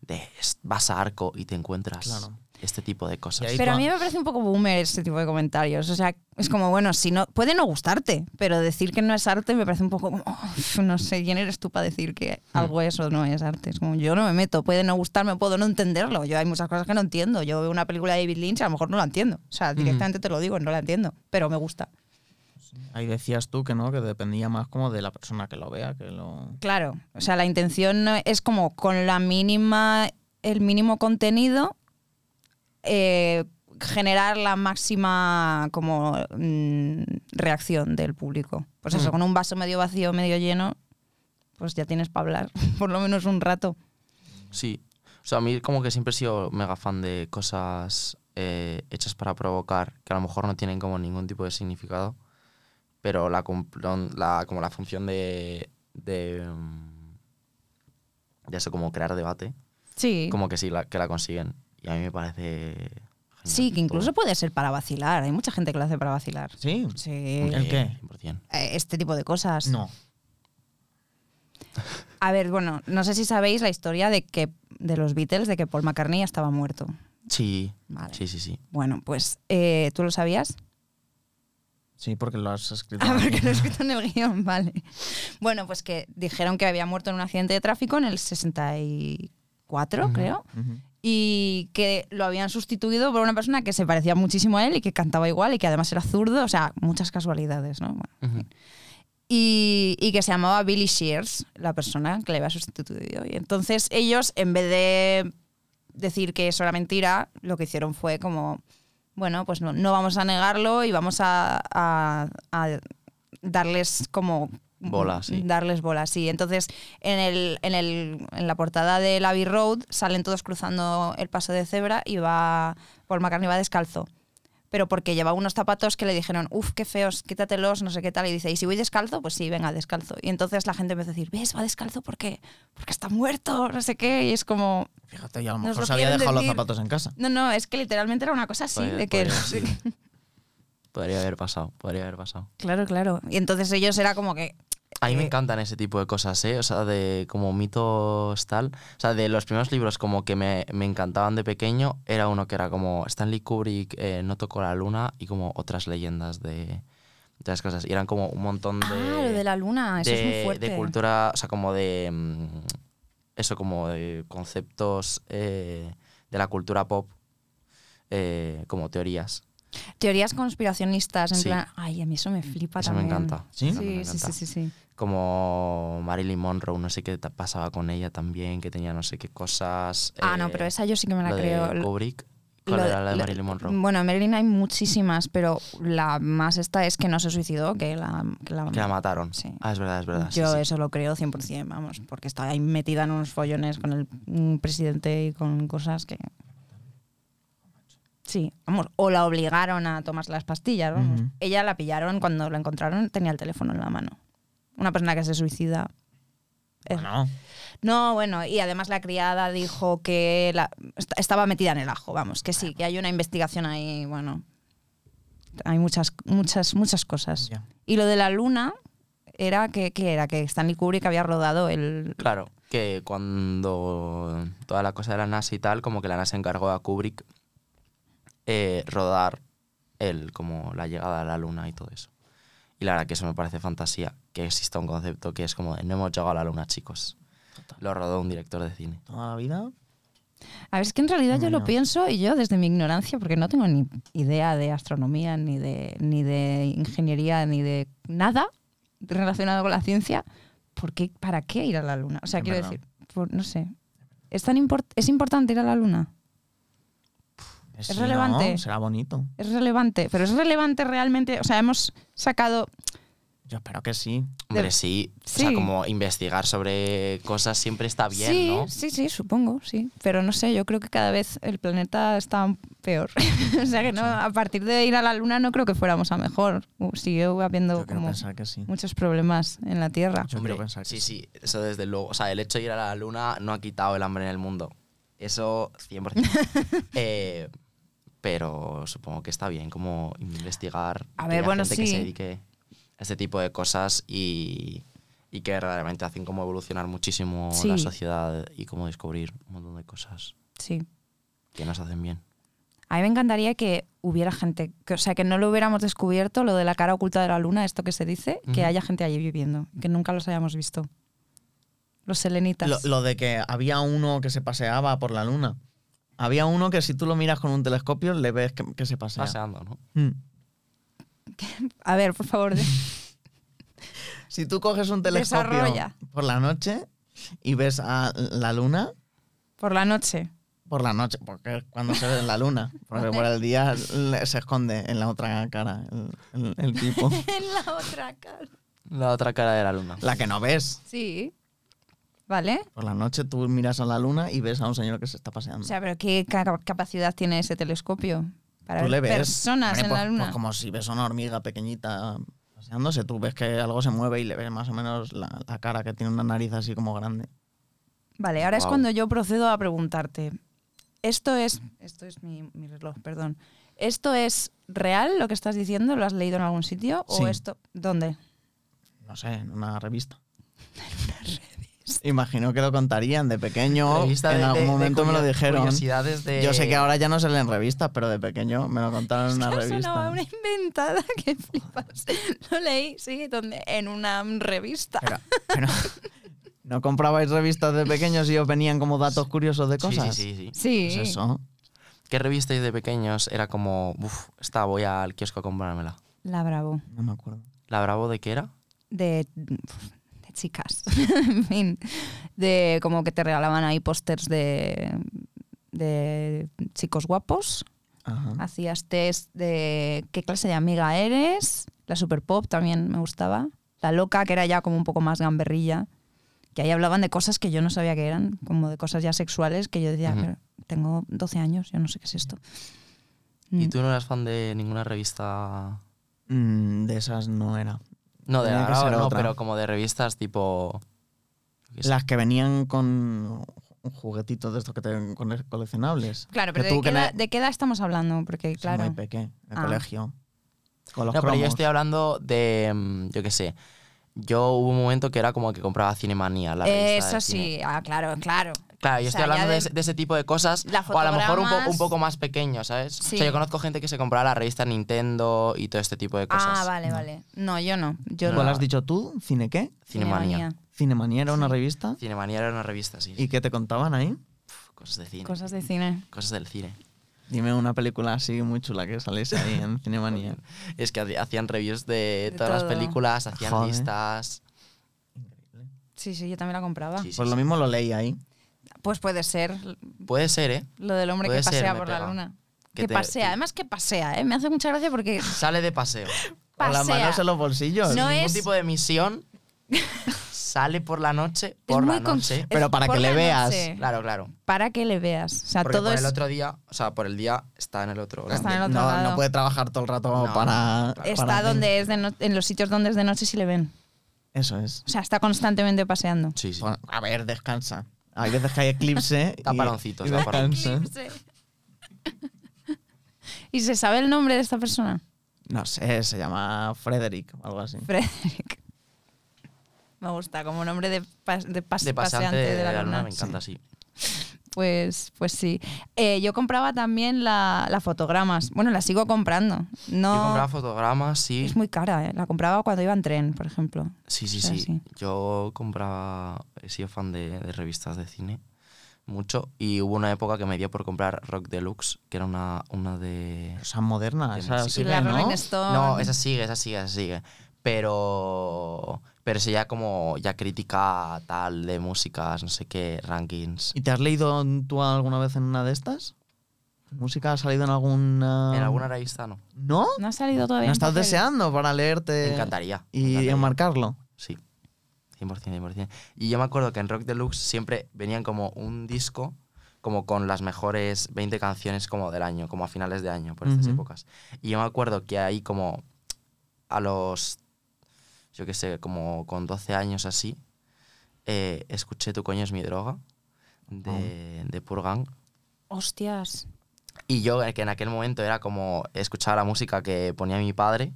Speaker 3: de es- vas a arco y te encuentras
Speaker 1: Claro.
Speaker 3: este tipo de
Speaker 1: Y
Speaker 3: cosas.
Speaker 1: ahí-
Speaker 4: Pero a
Speaker 1: cua-
Speaker 4: mí me parece un poco boomer este tipo de comentarios. O sea, es como, bueno, si no. Puede no gustarte, pero decir que no es arte me parece un poco como. "Uf, no sé, ¿quién eres tú para decir que
Speaker 1: Hmm.
Speaker 4: algo es o no es arte? Es como, yo no me meto. Puede no gustarme, puedo no entenderlo. Yo hay muchas cosas que no entiendo. Yo veo una película de David Lynch, a lo mejor no la entiendo. O
Speaker 1: Hmm.
Speaker 4: sea, directamente te lo digo, no la entiendo, pero me gusta.
Speaker 1: Ahí decías tú que no, que dependía más como de la persona que lo vea, que lo...
Speaker 4: Claro, o sea, la intención no- es como con la mínima, el mínimo contenido, eh, generar la máxima como mm, reacción del público. Pues eso,
Speaker 1: Mm.
Speaker 4: con un vaso medio vacío, medio lleno, pues ya tienes para hablar, por lo menos un rato.
Speaker 3: Sí. O sea, a mí como que siempre he sido mega fan de cosas eh, hechas para provocar, que a lo mejor no tienen como ningún tipo de significado, pero la, cumplon- la como la función de... de mm, de eso, como crear debate.
Speaker 4: Sí.
Speaker 3: como que sí, la, que la consiguen. Y a mí me parece. genial
Speaker 4: Sí, que incluso
Speaker 3: todo.
Speaker 4: puede ser para vacilar. Hay mucha gente que lo hace para vacilar.
Speaker 1: Sí.
Speaker 4: Sí.
Speaker 1: ¿El
Speaker 3: Eh,
Speaker 1: qué?
Speaker 3: 100%.
Speaker 4: Eh, Este tipo de cosas.
Speaker 1: No.
Speaker 4: A ver, bueno, no sé si sabéis la historia de que de los Beatles, de que Paul McCartney ya estaba muerto.
Speaker 3: Sí.
Speaker 4: Vale.
Speaker 3: Sí, sí, sí.
Speaker 4: Bueno, pues, eh, ¿tú lo sabías?
Speaker 1: Sí, porque lo has escrito.
Speaker 4: Ah,
Speaker 1: aquí.
Speaker 4: porque lo he escrito en el guión, vale. Bueno, pues que dijeron que había muerto en un accidente de tráfico en el 64,
Speaker 1: Ujú,
Speaker 4: creo,
Speaker 1: ujú.
Speaker 4: y que lo habían sustituido por una persona que se parecía muchísimo a él y que cantaba igual y que además era zurdo, o sea, muchas casualidades, ¿no? Bueno,
Speaker 3: Ujú.
Speaker 4: y, y que se llamaba Billy Shears, la persona que le había sustituido. Y entonces ellos, en vez de decir que eso era mentira, lo que hicieron fue como, bueno, pues no, no vamos a negarlo y vamos a, a- a darles como...
Speaker 3: Bola, sí.
Speaker 4: Darles bolas, sí. Entonces, en, el, en, el, en la portada del Abbey Road salen todos cruzando el paso de cebra y va Paul McCartney va descalzo pero porque llevaba unos zapatos que le dijeron, uff, qué feos, quítatelos, no sé qué tal. Y dice, ¿y si voy descalzo? Pues sí, venga, descalzo. Y entonces la gente empezó a decir, ¿ves? Va descalzo porque, porque está muerto, no sé qué. Y es como,
Speaker 1: Fíjate, y a lo
Speaker 4: Nos
Speaker 1: mejor
Speaker 4: lo
Speaker 1: se había
Speaker 4: quieren
Speaker 1: dejado los
Speaker 4: decir.
Speaker 1: zapatos en casa.
Speaker 4: no, no, es que literalmente era una cosa así,
Speaker 3: Podría-
Speaker 4: de que
Speaker 3: podría- sí. Podría haber pasado, podría haber pasado.
Speaker 4: Claro, claro. Y entonces ellos era como que.
Speaker 3: A mí me
Speaker 4: Eh,
Speaker 3: encantan ese tipo de cosas, ¿eh? O sea, de como mitos tal. O sea, de los primeros libros como que me, me encantaban de pequeño, era uno que era como Stanley Kubrick, eh, No tocó la luna y como otras leyendas de, de las cosas. Y eran como un montón de...
Speaker 4: Ah, lo de la luna, eso es
Speaker 3: de,
Speaker 4: muy fuerte.
Speaker 3: de cultura, o sea, como de. mm, Eso, como de conceptos eh, de la cultura pop, eh, como teorías.
Speaker 4: Teorías conspiracionistas, en
Speaker 3: Sí.
Speaker 4: plan. Ay, a mí eso me flipa
Speaker 3: Eso me
Speaker 4: también.
Speaker 3: encanta.
Speaker 1: ¿Sí?
Speaker 3: eso me
Speaker 4: Sí, sí,
Speaker 3: encanta. Eh,
Speaker 4: sí, sí, sí.
Speaker 3: Como Marilyn Monroe, no sé qué ta- pasaba con ella también, que tenía no sé qué cosas.
Speaker 4: Ah,
Speaker 3: eh,
Speaker 4: no, pero esa yo sí que me la
Speaker 3: la de
Speaker 4: creo. Lo-
Speaker 3: Kubrick. ¿Cuál
Speaker 4: lo-
Speaker 3: era la de
Speaker 4: lo-
Speaker 3: Marilyn Monroe?
Speaker 4: Bueno, en Marilyn hay muchísimas, pero la más esta es que no se suicidó, que la... que la-
Speaker 3: Que la mataron.
Speaker 4: Sí.
Speaker 3: Ah, es verdad, es verdad. sí,
Speaker 4: Yo
Speaker 3: sí.
Speaker 4: eso lo creo 100%, vamos, porque estaba ahí metida en unos follones con el mm, presidente y con cosas que... Sí, vamos, o la obligaron a tomarse las pastillas, vamos.
Speaker 1: Ujú.
Speaker 4: Ella la pillaron cuando la encontraron, tenía el teléfono en la mano. Una persona que se suicida. es-
Speaker 1: Bueno,
Speaker 4: no, bueno, y además la criada dijo que la- est- estaba metida en el ajo, vamos, que sí, que hay una investigación ahí, bueno. Hay muchas, muchas, muchas cosas.
Speaker 1: ya.
Speaker 4: Y lo de la luna era que, que era que Stanley Kubrick había rodado el.
Speaker 3: Claro, que cuando toda la cosa de la NASA y tal, como que la NASA encargó a Kubrick eh, rodar el, como la llegada a la Luna y todo eso. Y la verdad que eso me parece fantasía, que exista un concepto que es como de no hemos llegado a la Luna, chicos. Lo rodó un director de cine.
Speaker 1: Toda la vida.
Speaker 4: A ver, es que en realidad yo lo
Speaker 1: Bueno.
Speaker 4: pienso y yo desde mi ignorancia, porque no tengo ni idea de astronomía, ni de, ni de ingeniería, ni de nada relacionado con la ciencia, ¿por qué, ¿para qué ir a la luna? O sea,
Speaker 1: Es
Speaker 4: quiero
Speaker 1: verdad.
Speaker 4: decir, por- no sé. ¿Es, tan import- ¿Es importante ir a la luna?
Speaker 1: Es
Speaker 4: relevante.
Speaker 1: pues Será bonito.
Speaker 4: Es relevante, pero es relevante realmente. O sea, hemos sacado.
Speaker 1: Yo espero que sí.
Speaker 3: Hombre, sí. O
Speaker 4: sí.
Speaker 3: sea, como investigar sobre cosas siempre está bien,
Speaker 4: sí,
Speaker 3: ¿no?
Speaker 4: sí, sí, supongo, sí. Pero no sé, yo creo que cada vez el planeta está peor. o sea que no, a partir de ir a la luna no creo que fuéramos a mejor. Uh, Sigue habiendo
Speaker 1: Yo quiero
Speaker 4: como
Speaker 1: pensar que sí.
Speaker 4: muchos problemas en la Tierra.
Speaker 1: Yo quiero pensar que
Speaker 3: sí, sí, eso desde luego. O sea, el hecho de ir a la luna no ha quitado el hambre en el mundo. Eso 100%. Eh, pero supongo que está bien como investigar.
Speaker 4: A
Speaker 3: que
Speaker 4: ver,
Speaker 3: haya
Speaker 4: bueno,
Speaker 3: gente que
Speaker 4: sí.
Speaker 3: se dedique a este tipo de cosas y, y que realmente hacen como evolucionar muchísimo la
Speaker 4: Sí.
Speaker 3: sociedad y como descubrir un montón de cosas
Speaker 4: Sí.
Speaker 3: que nos hacen bien.
Speaker 4: A mí me encantaría que hubiera gente, que, o sea, que no lo hubiéramos descubierto, lo de la cara oculta de la luna, esto que se dice, que
Speaker 3: Ujú.
Speaker 4: haya gente allí viviendo, que nunca los hayamos visto. Los selenitas.
Speaker 1: Lo, lo de que había uno que se paseaba por la luna. Había uno que si tú lo miras con un telescopio le ves que, que se pasea.
Speaker 3: Paseando, ¿no?
Speaker 1: Mm.
Speaker 4: A ver, por favor. de-
Speaker 1: Si tú coges un telescopio
Speaker 4: Desarrolla.
Speaker 1: por la noche y ves a la luna,
Speaker 4: Por la noche.
Speaker 1: por la noche, porque es cuando se ve la luna, porque por el día le- se esconde en la otra cara el, el- el tipo.
Speaker 4: en la otra cara.
Speaker 3: La otra cara de la luna.
Speaker 1: La que no ves.
Speaker 4: Sí. ¿Vale?
Speaker 1: Por la noche tú miras a la luna y ves a un señor que se está paseando.
Speaker 4: O sea, pero ¿qué ca- capacidad tiene ese telescopio? Para
Speaker 1: tú
Speaker 4: ver
Speaker 1: le ves.
Speaker 4: personas
Speaker 1: hombre,
Speaker 4: en
Speaker 1: pues-
Speaker 4: la luna.
Speaker 1: pues como si ves a una hormiga pequeñita paseándose, tú ves que algo se mueve y le ves más o menos la, la cara que tiene una nariz así como grande.
Speaker 4: Vale, ahora es
Speaker 3: Guau.
Speaker 4: cuando yo procedo a preguntarte. Esto es. Esto es mi, mi reloj, perdón. ¿Esto es real lo que estás diciendo? ¿Lo has leído en algún sitio?
Speaker 1: Sí.
Speaker 4: ¿O esto. ¿Dónde?
Speaker 1: No sé, en una revista. Imagino que lo contarían de pequeño.
Speaker 3: Revista
Speaker 1: en
Speaker 3: de-
Speaker 1: algún
Speaker 3: de- de
Speaker 1: momento me lo
Speaker 3: curio-
Speaker 1: dijeron.
Speaker 3: curiosidades de-
Speaker 1: Yo sé que ahora ya no se leen revistas, pero de pequeño me lo contaron en una
Speaker 4: Es que ha sonado
Speaker 1: revista.
Speaker 4: a una inventada que flipas. Lo leí, sí, donde, en una revista.
Speaker 1: Pero, pero, ¿No comprabais revistas de pequeños y os venían como datos curiosos de
Speaker 3: Sí, sí,
Speaker 1: cosas?
Speaker 3: sí, sí.
Speaker 4: Sí.
Speaker 1: Pues eso.
Speaker 3: ¿Qué revisteis de pequeños? Era como, uff, esta voy al kiosco a comprármela.
Speaker 4: La Bravo.
Speaker 1: No me acuerdo.
Speaker 3: ¿La Bravo de qué era?
Speaker 4: de, de chicas. en fin. De como que te regalaban ahí pósters de, de chicos guapos.
Speaker 3: Ah.
Speaker 1: Ajá.
Speaker 4: Hacías test de qué clase de amiga eres. La super pop también me gustaba. La loca, que era ya como un poco más gamberrilla. Que ahí hablaban de cosas que yo no sabía que eran, como de cosas ya sexuales, que yo decía,
Speaker 3: Ujú.
Speaker 4: "Pero tengo 12 años, yo no sé qué es esto.
Speaker 3: ¿Y
Speaker 4: Mm.
Speaker 3: tú no eras fan de ninguna revista?
Speaker 1: Mm, de esas no era.
Speaker 3: No, de
Speaker 1: Tenía
Speaker 3: la
Speaker 1: que
Speaker 3: Bravo
Speaker 1: ser
Speaker 3: no,
Speaker 1: otra.
Speaker 3: pero como de revistas tipo... yo qué sé.
Speaker 1: Las que venían con un juguetito de estos que te con coleccionables.
Speaker 4: Claro,
Speaker 1: Que
Speaker 4: pero ¿de
Speaker 1: tú
Speaker 4: qué,
Speaker 1: que
Speaker 4: edad,
Speaker 1: na-
Speaker 4: de qué edad estamos hablando? Porque,
Speaker 1: Sí, Muy
Speaker 4: claro.
Speaker 1: pequeño, en el
Speaker 4: Ah.
Speaker 1: colegio. Con los
Speaker 3: No, pero yo
Speaker 1: cromos.
Speaker 3: estoy hablando de, mm, yo qué sé, yo hubo un momento que era como que compraba Cinemanía, la revista
Speaker 4: Eso
Speaker 3: de cine.
Speaker 4: sí, ah, claro, claro.
Speaker 3: Claro, yo
Speaker 4: O
Speaker 3: estoy
Speaker 4: sea,
Speaker 3: hablando
Speaker 4: ya
Speaker 3: de...
Speaker 4: de-
Speaker 3: ese, de ese tipo de cosas.
Speaker 4: La
Speaker 3: O a lo mejor un, po-
Speaker 4: fotogramas.
Speaker 3: un poco más pequeño, ¿sabes?
Speaker 4: Sí.
Speaker 3: O sea, yo conozco gente que se compraba la revista Nintendo y todo este tipo de cosas.
Speaker 4: Ah, vale, vale. No, yo no. Yo
Speaker 1: ¿Cuál
Speaker 4: no.
Speaker 1: has dicho tú? ¿Cine qué?
Speaker 3: Cinemanía.
Speaker 1: ¿Cinemanía era una revista?
Speaker 3: Cinemanía era una revista, sí.
Speaker 1: ¿Y qué te contaban ahí?
Speaker 3: Pf, cosas de cine.
Speaker 4: Cosas de cine.
Speaker 3: Cosas del cine.
Speaker 1: Dime una película así muy chula que saliese ahí en Cinemanía.
Speaker 3: Es que ha- hacían reviews de
Speaker 4: De
Speaker 3: todas las
Speaker 4: todo.
Speaker 3: películas, hacían
Speaker 1: Joder.
Speaker 3: listas.
Speaker 4: Sí, sí, yo también la compraba.
Speaker 3: Sí, sí,
Speaker 1: Pues
Speaker 3: sí.
Speaker 1: lo mismo lo leí ahí.
Speaker 4: Pues puede ser
Speaker 3: Puede ser, ¿eh?
Speaker 4: lo del hombre
Speaker 3: Puede
Speaker 4: que
Speaker 3: ser,
Speaker 4: pasea
Speaker 3: me
Speaker 4: por la
Speaker 3: pega.
Speaker 4: luna.
Speaker 3: Que
Speaker 4: Que,
Speaker 3: te-
Speaker 4: pasea,
Speaker 3: te-
Speaker 4: además que pasea, ¿eh? Me hace mucha gracia porque
Speaker 3: Sale de paseo.
Speaker 1: Con las
Speaker 4: pasea.
Speaker 1: manos en los bolsillos.
Speaker 4: No
Speaker 3: Ningún
Speaker 4: es-
Speaker 3: tipo de misión. sale por la noche,
Speaker 4: Es
Speaker 3: por
Speaker 4: muy
Speaker 3: la
Speaker 4: con-
Speaker 3: noche.
Speaker 1: Pero
Speaker 4: es
Speaker 1: para
Speaker 4: por
Speaker 1: que le
Speaker 4: la
Speaker 1: veas.
Speaker 4: noche.
Speaker 3: Claro, claro.
Speaker 4: Para que le veas. O sea,
Speaker 3: Porque
Speaker 4: todo
Speaker 3: por
Speaker 4: es.
Speaker 3: el otro día, o sea, por el día está en el otro. lado.
Speaker 4: Está en el otro
Speaker 1: No,
Speaker 4: lado.
Speaker 1: no puede trabajar todo el rato
Speaker 3: No,
Speaker 1: para.
Speaker 4: Está
Speaker 1: para-
Speaker 4: donde es de no- en los sitios donde es de noche si le ven.
Speaker 1: Eso es.
Speaker 4: O sea, está constantemente paseando.
Speaker 3: Sí, sí.
Speaker 1: Bueno, a ver, descansa. Hay veces que hay eclipse. y-
Speaker 3: Tapaloncitos,
Speaker 1: y
Speaker 3: tapaloncitos.
Speaker 1: descansa.
Speaker 4: ¿Y se sabe el nombre de esta persona?
Speaker 1: No sé, se llama Frederick o algo así.
Speaker 4: Frederick. Me gusta, como nombre de, pas- de pas-
Speaker 3: De paseante de, la, luna, me
Speaker 4: sí.
Speaker 3: encanta, sí.
Speaker 4: Pues, pues sí. Eh, yo compraba también la, la fotogramas. Bueno, la sigo comprando. No,
Speaker 3: Yo compraba fotogramas, sí.
Speaker 4: Es muy cara, ¿eh? La compraba cuando iba en tren, por ejemplo.
Speaker 3: Sí, sí,
Speaker 4: O sea,
Speaker 3: sí,
Speaker 4: sí.
Speaker 3: Yo compraba, he sido fan de, de revistas de cine, mucho, y hubo una época que me dio por comprar Rock Deluxe, que era una, una de...
Speaker 1: O sea, moderna.
Speaker 3: De
Speaker 1: Esa
Speaker 3: México.
Speaker 1: sí
Speaker 4: Y
Speaker 1: que
Speaker 4: la
Speaker 1: no.
Speaker 4: Rolling Stone.
Speaker 3: No, esa sigue, esa sigue, esa sigue. Pero... Pero eso ya como, ya crítica tal de músicas, no sé qué, rankings.
Speaker 1: ¿Y te has leído tú alguna vez en una de estas? ¿Música ha salido en alguna.
Speaker 3: En alguna revista no.
Speaker 1: ¿No?
Speaker 4: No ha salido todavía.
Speaker 1: ¿No
Speaker 4: en
Speaker 1: estás
Speaker 4: papel.
Speaker 1: deseando para leerte?
Speaker 3: Me encantaría. me
Speaker 1: eh, Y
Speaker 3: encantaría.
Speaker 1: enmarcarlo.
Speaker 3: Sí. 100%, 100%. Y yo me acuerdo que en Rock Deluxe siempre venían como un disco, como con las mejores 20 canciones como del año, como a finales de año, por estas
Speaker 1: Ujú.
Speaker 3: épocas. Y yo me acuerdo que ahí como a los, yo qué sé, como con 12 años así, eh, escuché Tu coño es mi droga de, de Purgang.
Speaker 4: Hostias.
Speaker 3: Y yo, eh, que en aquel momento era como escuchar la música que ponía mi padre,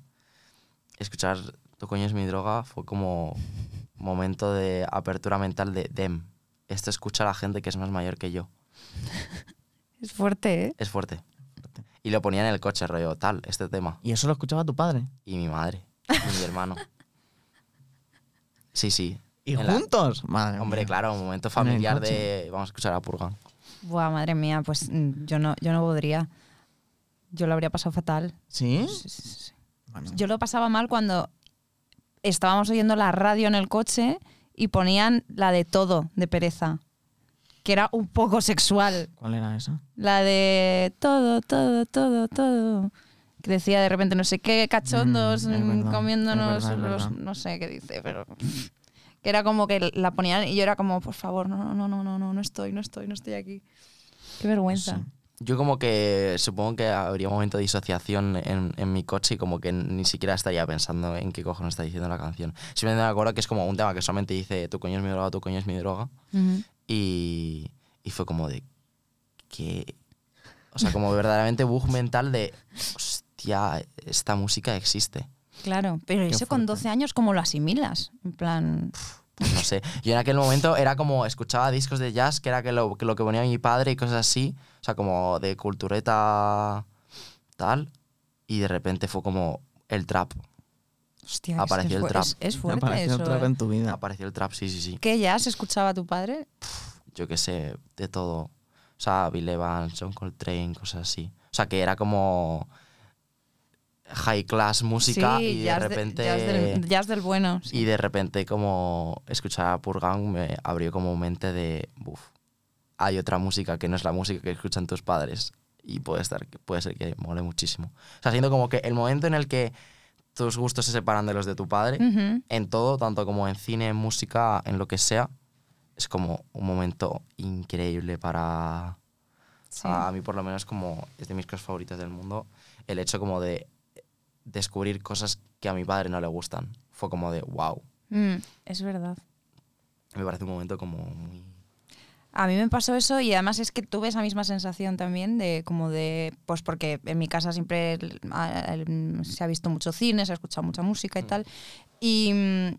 Speaker 3: escuchar Tu coño es mi droga fue como momento de apertura mental de dem. Esto escucha a la gente que es más mayor que yo.
Speaker 4: Es fuerte, ¿eh?
Speaker 3: Es fuerte. Y lo ponía en el coche, rollo, tal, este tema.
Speaker 1: Y eso lo escuchaba tu padre.
Speaker 3: Y mi madre, y mi hermano. Sí, sí.
Speaker 1: ¿Y
Speaker 3: En la-
Speaker 1: juntos? Madre
Speaker 3: Hombre,
Speaker 1: mía.
Speaker 3: claro, un momento
Speaker 1: En el
Speaker 3: familiar de vamos a escuchar a Purgan.
Speaker 4: Buah, madre mía, pues mm, yo no, yo no podría. Yo lo habría pasado fatal.
Speaker 1: Pues ¿Sí?
Speaker 4: Sí, sí, sí.
Speaker 1: Bueno,
Speaker 4: Yo lo pasaba mal cuando estábamos oyendo la radio en el coche y ponían la de todo, de pereza. Que era un poco sexual.
Speaker 1: ¿Cuál era esa?
Speaker 4: La de todo, todo, todo, todo. Que decía de repente no sé qué, cachondos,
Speaker 1: Mm, es
Speaker 4: mm,
Speaker 1: verdad,
Speaker 4: comiéndonos
Speaker 1: es verdad, es
Speaker 4: los-
Speaker 1: verdad.
Speaker 4: No sé qué dice, pero. Que era como que la ponían y yo era como, por favor, no, no, no, no, no, no, no estoy, no estoy, no estoy aquí. Qué vergüenza.
Speaker 1: Sí.
Speaker 3: Yo como que supongo que habría un momento de disociación en, en mi coche y como que ni siquiera estaría pensando en qué cojones está diciendo la canción. Simplemente me acuerdo que es como un tema que solamente dice tu coño es mi droga, tu coño es mi droga.
Speaker 4: Ujú.
Speaker 3: Y, y fue como de que... O sea, como verdaderamente bug mental de... Hostia, esta música existe.
Speaker 4: Claro, pero eso con
Speaker 1: fuerte.
Speaker 4: 12 años, ¿cómo lo asimilas? En plan.
Speaker 3: Pues no sé. Yo en aquel momento era como escuchaba discos de jazz, que era que lo, que lo que ponía mi padre y cosas así. O sea, como de cultureta tal. Y de repente fue como el trap.
Speaker 4: Hostia, es-
Speaker 3: Apareció
Speaker 4: es,
Speaker 3: el
Speaker 4: fu-
Speaker 3: trap.
Speaker 4: Es, es
Speaker 1: Te
Speaker 4: fuerte
Speaker 1: apareció
Speaker 4: eso.
Speaker 1: otra vez
Speaker 4: ¿eh?
Speaker 1: en tu vida.
Speaker 3: Apareció el trap, sí, sí, sí.
Speaker 4: ¿Qué ya se escuchaba tu padre?
Speaker 3: Yo qué sé, de todo. O sea, Bill Evans, John Coltrane, cosas así. O sea, que era como high class música
Speaker 4: sí,
Speaker 3: y de
Speaker 4: jazz
Speaker 3: repente...
Speaker 4: jazz, del, jazz del bueno. sí.
Speaker 3: Y de repente como escuchar a Purgang me abrió como mente de, buf, hay otra música que no es la música que escuchan tus padres y puede, estar, puede ser que mole muchísimo. O sea, siendo como que el momento en el que tus gustos se separan de los de tu padre,
Speaker 4: Ujú.
Speaker 3: en todo, tanto como en cine, en música, en lo que sea, es como un momento increíble para...
Speaker 4: Sí.
Speaker 3: A mí por lo menos como es de mis cosas favoritas del mundo, el hecho como de descubrir cosas que a mi padre no le gustan. Fue como de, wow.
Speaker 4: Mm, es verdad.
Speaker 3: Me parece un momento como muy...
Speaker 4: A mí me pasó eso y además es que tuve esa misma sensación también de como de, pues porque en mi casa siempre el- a- el- se ha visto mucho cine, se ha escuchado mucha música y tal. Y, mm,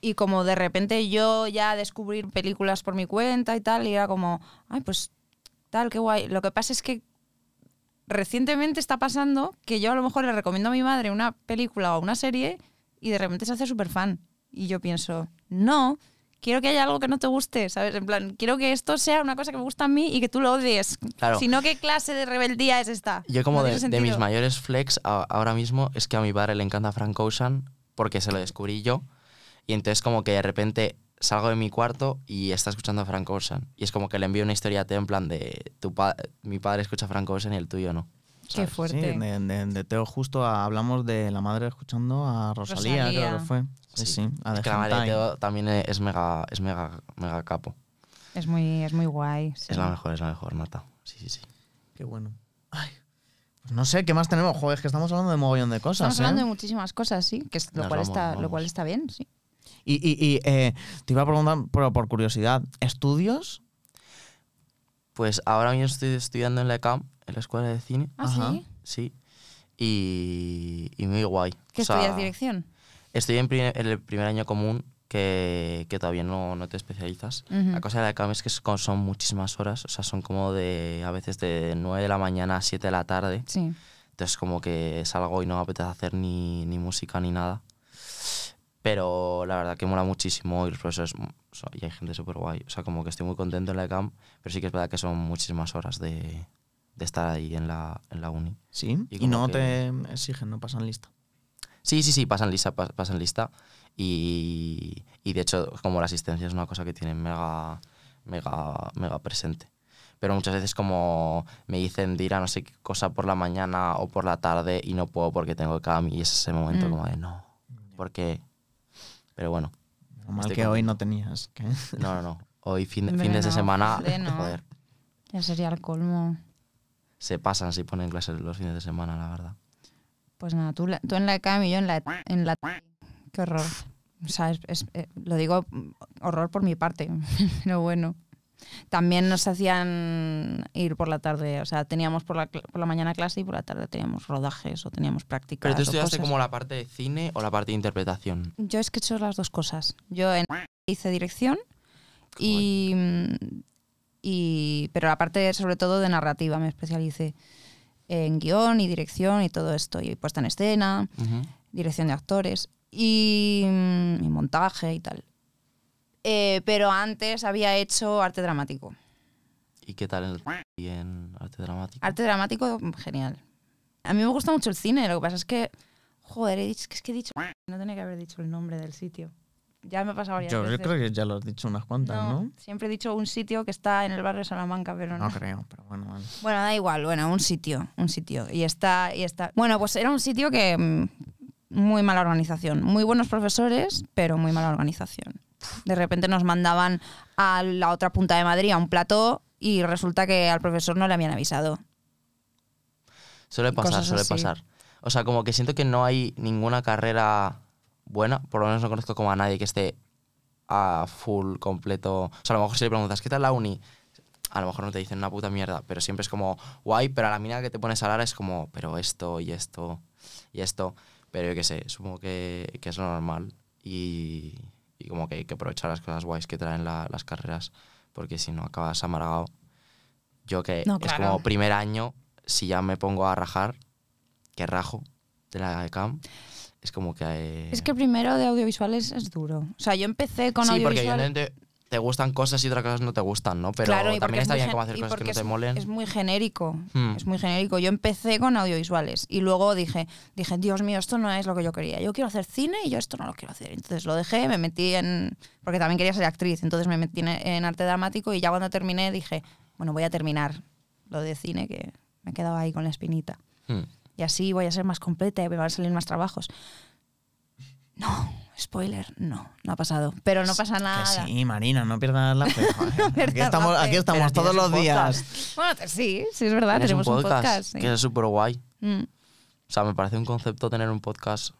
Speaker 4: y como de repente yo ya descubrir películas por mi cuenta y tal, y era como, ay, pues tal, qué guay. Lo que pasa es que recientemente está pasando que yo a lo mejor le recomiendo a mi madre una película o una serie y de repente se hace súper fan. Y yo pienso, no, quiero que haya algo que no te guste, ¿sabes? En plan, quiero que esto sea una cosa que me gusta a mí y que tú lo odies.
Speaker 3: Claro.
Speaker 4: Si no, ¿qué clase de rebeldía es esta?
Speaker 3: Yo como
Speaker 4: No
Speaker 3: de,
Speaker 4: tiene
Speaker 3: de mis
Speaker 4: sentido.
Speaker 3: mayores flex a- ahora mismo es que a mi padre le encanta Frank Ocean porque se lo descubrí yo y entonces como que de repente salgo de mi cuarto y está escuchando a Frank Ocean y es como que le envío una historia a Teo en plan de tu pa- mi padre escucha Frank Ocean y el tuyo no.
Speaker 4: Qué
Speaker 3: ¿sabes?
Speaker 1: Sí,
Speaker 4: fuerte.
Speaker 1: de, de- de Teo justo a- hablamos de la madre escuchando a Rosalía,
Speaker 4: Rosalía.
Speaker 1: creo que fue. Sí,
Speaker 3: Sí.
Speaker 1: sí, la Ah, de
Speaker 3: Es que la madre de
Speaker 1: Hentai.
Speaker 3: Teo también es mega, es mega, mega capo.
Speaker 4: Es, muy, es muy guay. sí.
Speaker 3: Es la mejor, es la mejor, Marta. Sí, sí, sí.
Speaker 1: Qué bueno. Ay, pues no sé, ¿qué más tenemos? Joder, es que estamos hablando de mogollón de cosas,
Speaker 4: Estamos hablando
Speaker 1: ¿eh?
Speaker 4: de muchísimas cosas, sí, que es- lo,
Speaker 3: Nos
Speaker 4: cual
Speaker 3: vamos,
Speaker 4: está, lo
Speaker 3: vamos.
Speaker 4: cual está bien, sí.
Speaker 1: Y, y- y, eh, te iba a preguntar, pero por curiosidad, ¿estudios?
Speaker 3: Pues ahora mismo estoy estudiando en la ECAM, en la Escuela de Cine.
Speaker 4: Ah,
Speaker 1: Ajá.
Speaker 4: sí.
Speaker 3: Sí. Y, y muy guay.
Speaker 4: ¿Qué
Speaker 3: O sea,
Speaker 4: estudias dirección?
Speaker 3: Estoy en, pri- en el primer año común que, que todavía no, no te especializas.
Speaker 4: Ujú.
Speaker 3: La cosa de la ECAM es que es como- son muchísimas horas, o sea, son como de a veces de 9 de la mañana a 7 de la tarde.
Speaker 4: Sí.
Speaker 3: Entonces como que salgo y no me apetece hacer ni, ni música ni nada. Pero la verdad que mola muchísimo y los profesores mm, so- y hay gente súper guay. O sea, como que estoy muy contento en la ECAM, pero sí que es verdad que son muchísimas horas de, de estar ahí en la, en la uni.
Speaker 1: Sí.
Speaker 3: Y
Speaker 1: Y,
Speaker 3: como
Speaker 1: no
Speaker 3: que-
Speaker 1: te exigen, no pasan lista.
Speaker 3: Sí, sí, sí, pasan lista, pas- pasan lista. Y, y de hecho, como la asistencia es una cosa que tienen mega, mega, mega presente. Pero muchas veces como me dicen de ir a no sé qué cosa por la mañana o por la tarde y no puedo porque tengo CAM y es ese momento
Speaker 4: Mm.
Speaker 3: como de no, porque... Pero bueno,
Speaker 1: Lo mal
Speaker 3: Estoy
Speaker 1: que hoy no tenías. que-
Speaker 3: no, no, no. Hoy fin,
Speaker 4: Hombre,
Speaker 3: fines de
Speaker 4: no,
Speaker 3: semana,
Speaker 4: joder, no.
Speaker 3: joder,
Speaker 4: Ya sería el colmo.
Speaker 3: se pasan si ponen clases los fines de semana, la verdad.
Speaker 4: Pues nada, tú, la- tú en la cama y yo en la, en la... Qué horror. O sea, es- es- eh, lo digo mm, horror por mi parte, pero bueno. También nos hacían ir por la tarde, o sea, teníamos por la, cl- por la mañana clase y por la tarde teníamos rodajes o teníamos prácticas.
Speaker 3: Pero
Speaker 4: o
Speaker 3: tú estudiaste
Speaker 4: cosas.
Speaker 3: como la parte de cine o la parte de interpretación.
Speaker 4: Yo es que he hecho las dos cosas. Yo en hice dirección y, y- Pero la parte, sobre todo, de narrativa me especialicé en guión y dirección y todo esto. Y puesta en escena, dirección de actores y, mm, y montaje y tal. Eh, pero antes había hecho arte dramático.
Speaker 3: ¿Y qué tal en, y en arte dramático?
Speaker 4: Arte dramático, mm, genial. A mí me gusta mucho el cine, lo que pasa es que. Joder, he dicho- es que he dicho. No tenía que haber dicho el nombre del sitio. Ya me ha pasado varias
Speaker 1: Yo, yo
Speaker 4: veces.
Speaker 1: creo que ya lo has dicho unas cuantas,
Speaker 4: No,
Speaker 1: ¿no?
Speaker 4: Siempre he dicho un sitio que está en el barrio de Salamanca, pero no.
Speaker 1: No creo, pero bueno, vale.
Speaker 4: Bueno, da igual, bueno, un sitio, un sitio. Y está, y está. Bueno, pues era un sitio que mm, muy mala organización. Muy buenos profesores, pero muy mala organización. De repente nos mandaban a la otra punta de Madrid, a un plató, y resulta que al profesor no le habían avisado.
Speaker 3: Suele pasar,
Speaker 4: cosas
Speaker 3: suele
Speaker 4: así.
Speaker 3: pasar. O sea, como que siento que no hay ninguna carrera buena, por lo menos no conozco como a nadie que esté a full, completo. O sea, a lo mejor si le preguntas, ¿qué tal la uni? A lo mejor no te dicen una puta mierda, pero siempre es como guay, pero a la mina que te pones a hablar es como, pero esto y esto y esto. Pero yo qué sé, supongo que, que es lo normal y, y como que hay que aprovechar las cosas guays que traen la- las carreras, porque si no acabas amargado. Yo que
Speaker 4: No,
Speaker 3: es
Speaker 4: claro.
Speaker 3: como primer año, si ya me pongo a rajar, que rajo de la cam, es como que... eh,
Speaker 4: Es que primero de audiovisuales es duro. O sea, yo empecé con
Speaker 3: sí, porque
Speaker 4: audiovisual-
Speaker 3: evidentemente te gustan cosas y otras cosas no te gustan, ¿no? Pero
Speaker 4: Claro, y porque
Speaker 3: también
Speaker 4: es
Speaker 3: está
Speaker 4: muy
Speaker 3: bien
Speaker 4: gen-
Speaker 3: como hacer
Speaker 4: y
Speaker 3: cosas que
Speaker 4: porque
Speaker 3: no te molen.
Speaker 4: Es muy genérico.
Speaker 3: Hmm.
Speaker 4: Es muy genérico. Yo empecé con audiovisuales y luego dije, dije, Dios mío, esto no es lo que yo quería. Yo quiero hacer cine y yo esto no lo quiero hacer. Entonces lo dejé, me metí en. Porque también quería ser actriz. Entonces me metí en, en arte dramático y ya cuando terminé dije, bueno, voy a terminar lo de cine que me quedaba ahí con la espinita.
Speaker 3: Hmm.
Speaker 4: Y así voy a ser más completa y me van a salir más trabajos. No, spoiler, no, no ha pasado. Pero no pasa nada.
Speaker 1: Que sí, Marina, no pierdas la fe. joder. aquí
Speaker 4: pierdas
Speaker 1: estamos,
Speaker 4: la fe.
Speaker 1: aquí estamos
Speaker 3: Pero
Speaker 1: todos
Speaker 3: tienes
Speaker 1: los
Speaker 3: un
Speaker 1: días.
Speaker 3: podcast.
Speaker 4: Bueno, te- sí, sí, es verdad,
Speaker 3: Tienes
Speaker 4: Ah, tenemos un podcast. sí.
Speaker 3: que es súper guay.
Speaker 4: Mm.
Speaker 3: O sea, me parece un concepto tener un podcast.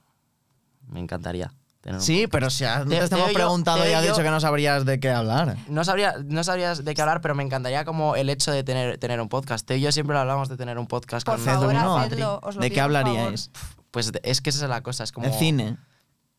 Speaker 3: Me encantaría tener un
Speaker 1: Sí, pero si has- te,
Speaker 3: Te-
Speaker 1: estamos
Speaker 3: te veo yo-
Speaker 1: preguntando
Speaker 3: te
Speaker 1: y has
Speaker 3: veo yo-
Speaker 1: dicho que no sabrías de qué hablar.
Speaker 3: No sabría, no sabrías de qué hablar, pero me encantaría como el hecho de tener, tener un podcast. Tú y yo siempre hablamos de tener un podcast
Speaker 4: Por
Speaker 3: con
Speaker 4: favor,
Speaker 1: uno,
Speaker 4: hacedlo. Os lo
Speaker 1: ¿De
Speaker 4: pido,
Speaker 1: qué
Speaker 4: por
Speaker 1: hablaríais?
Speaker 3: Pues de- es que esa es la cosa, es como
Speaker 1: El cine.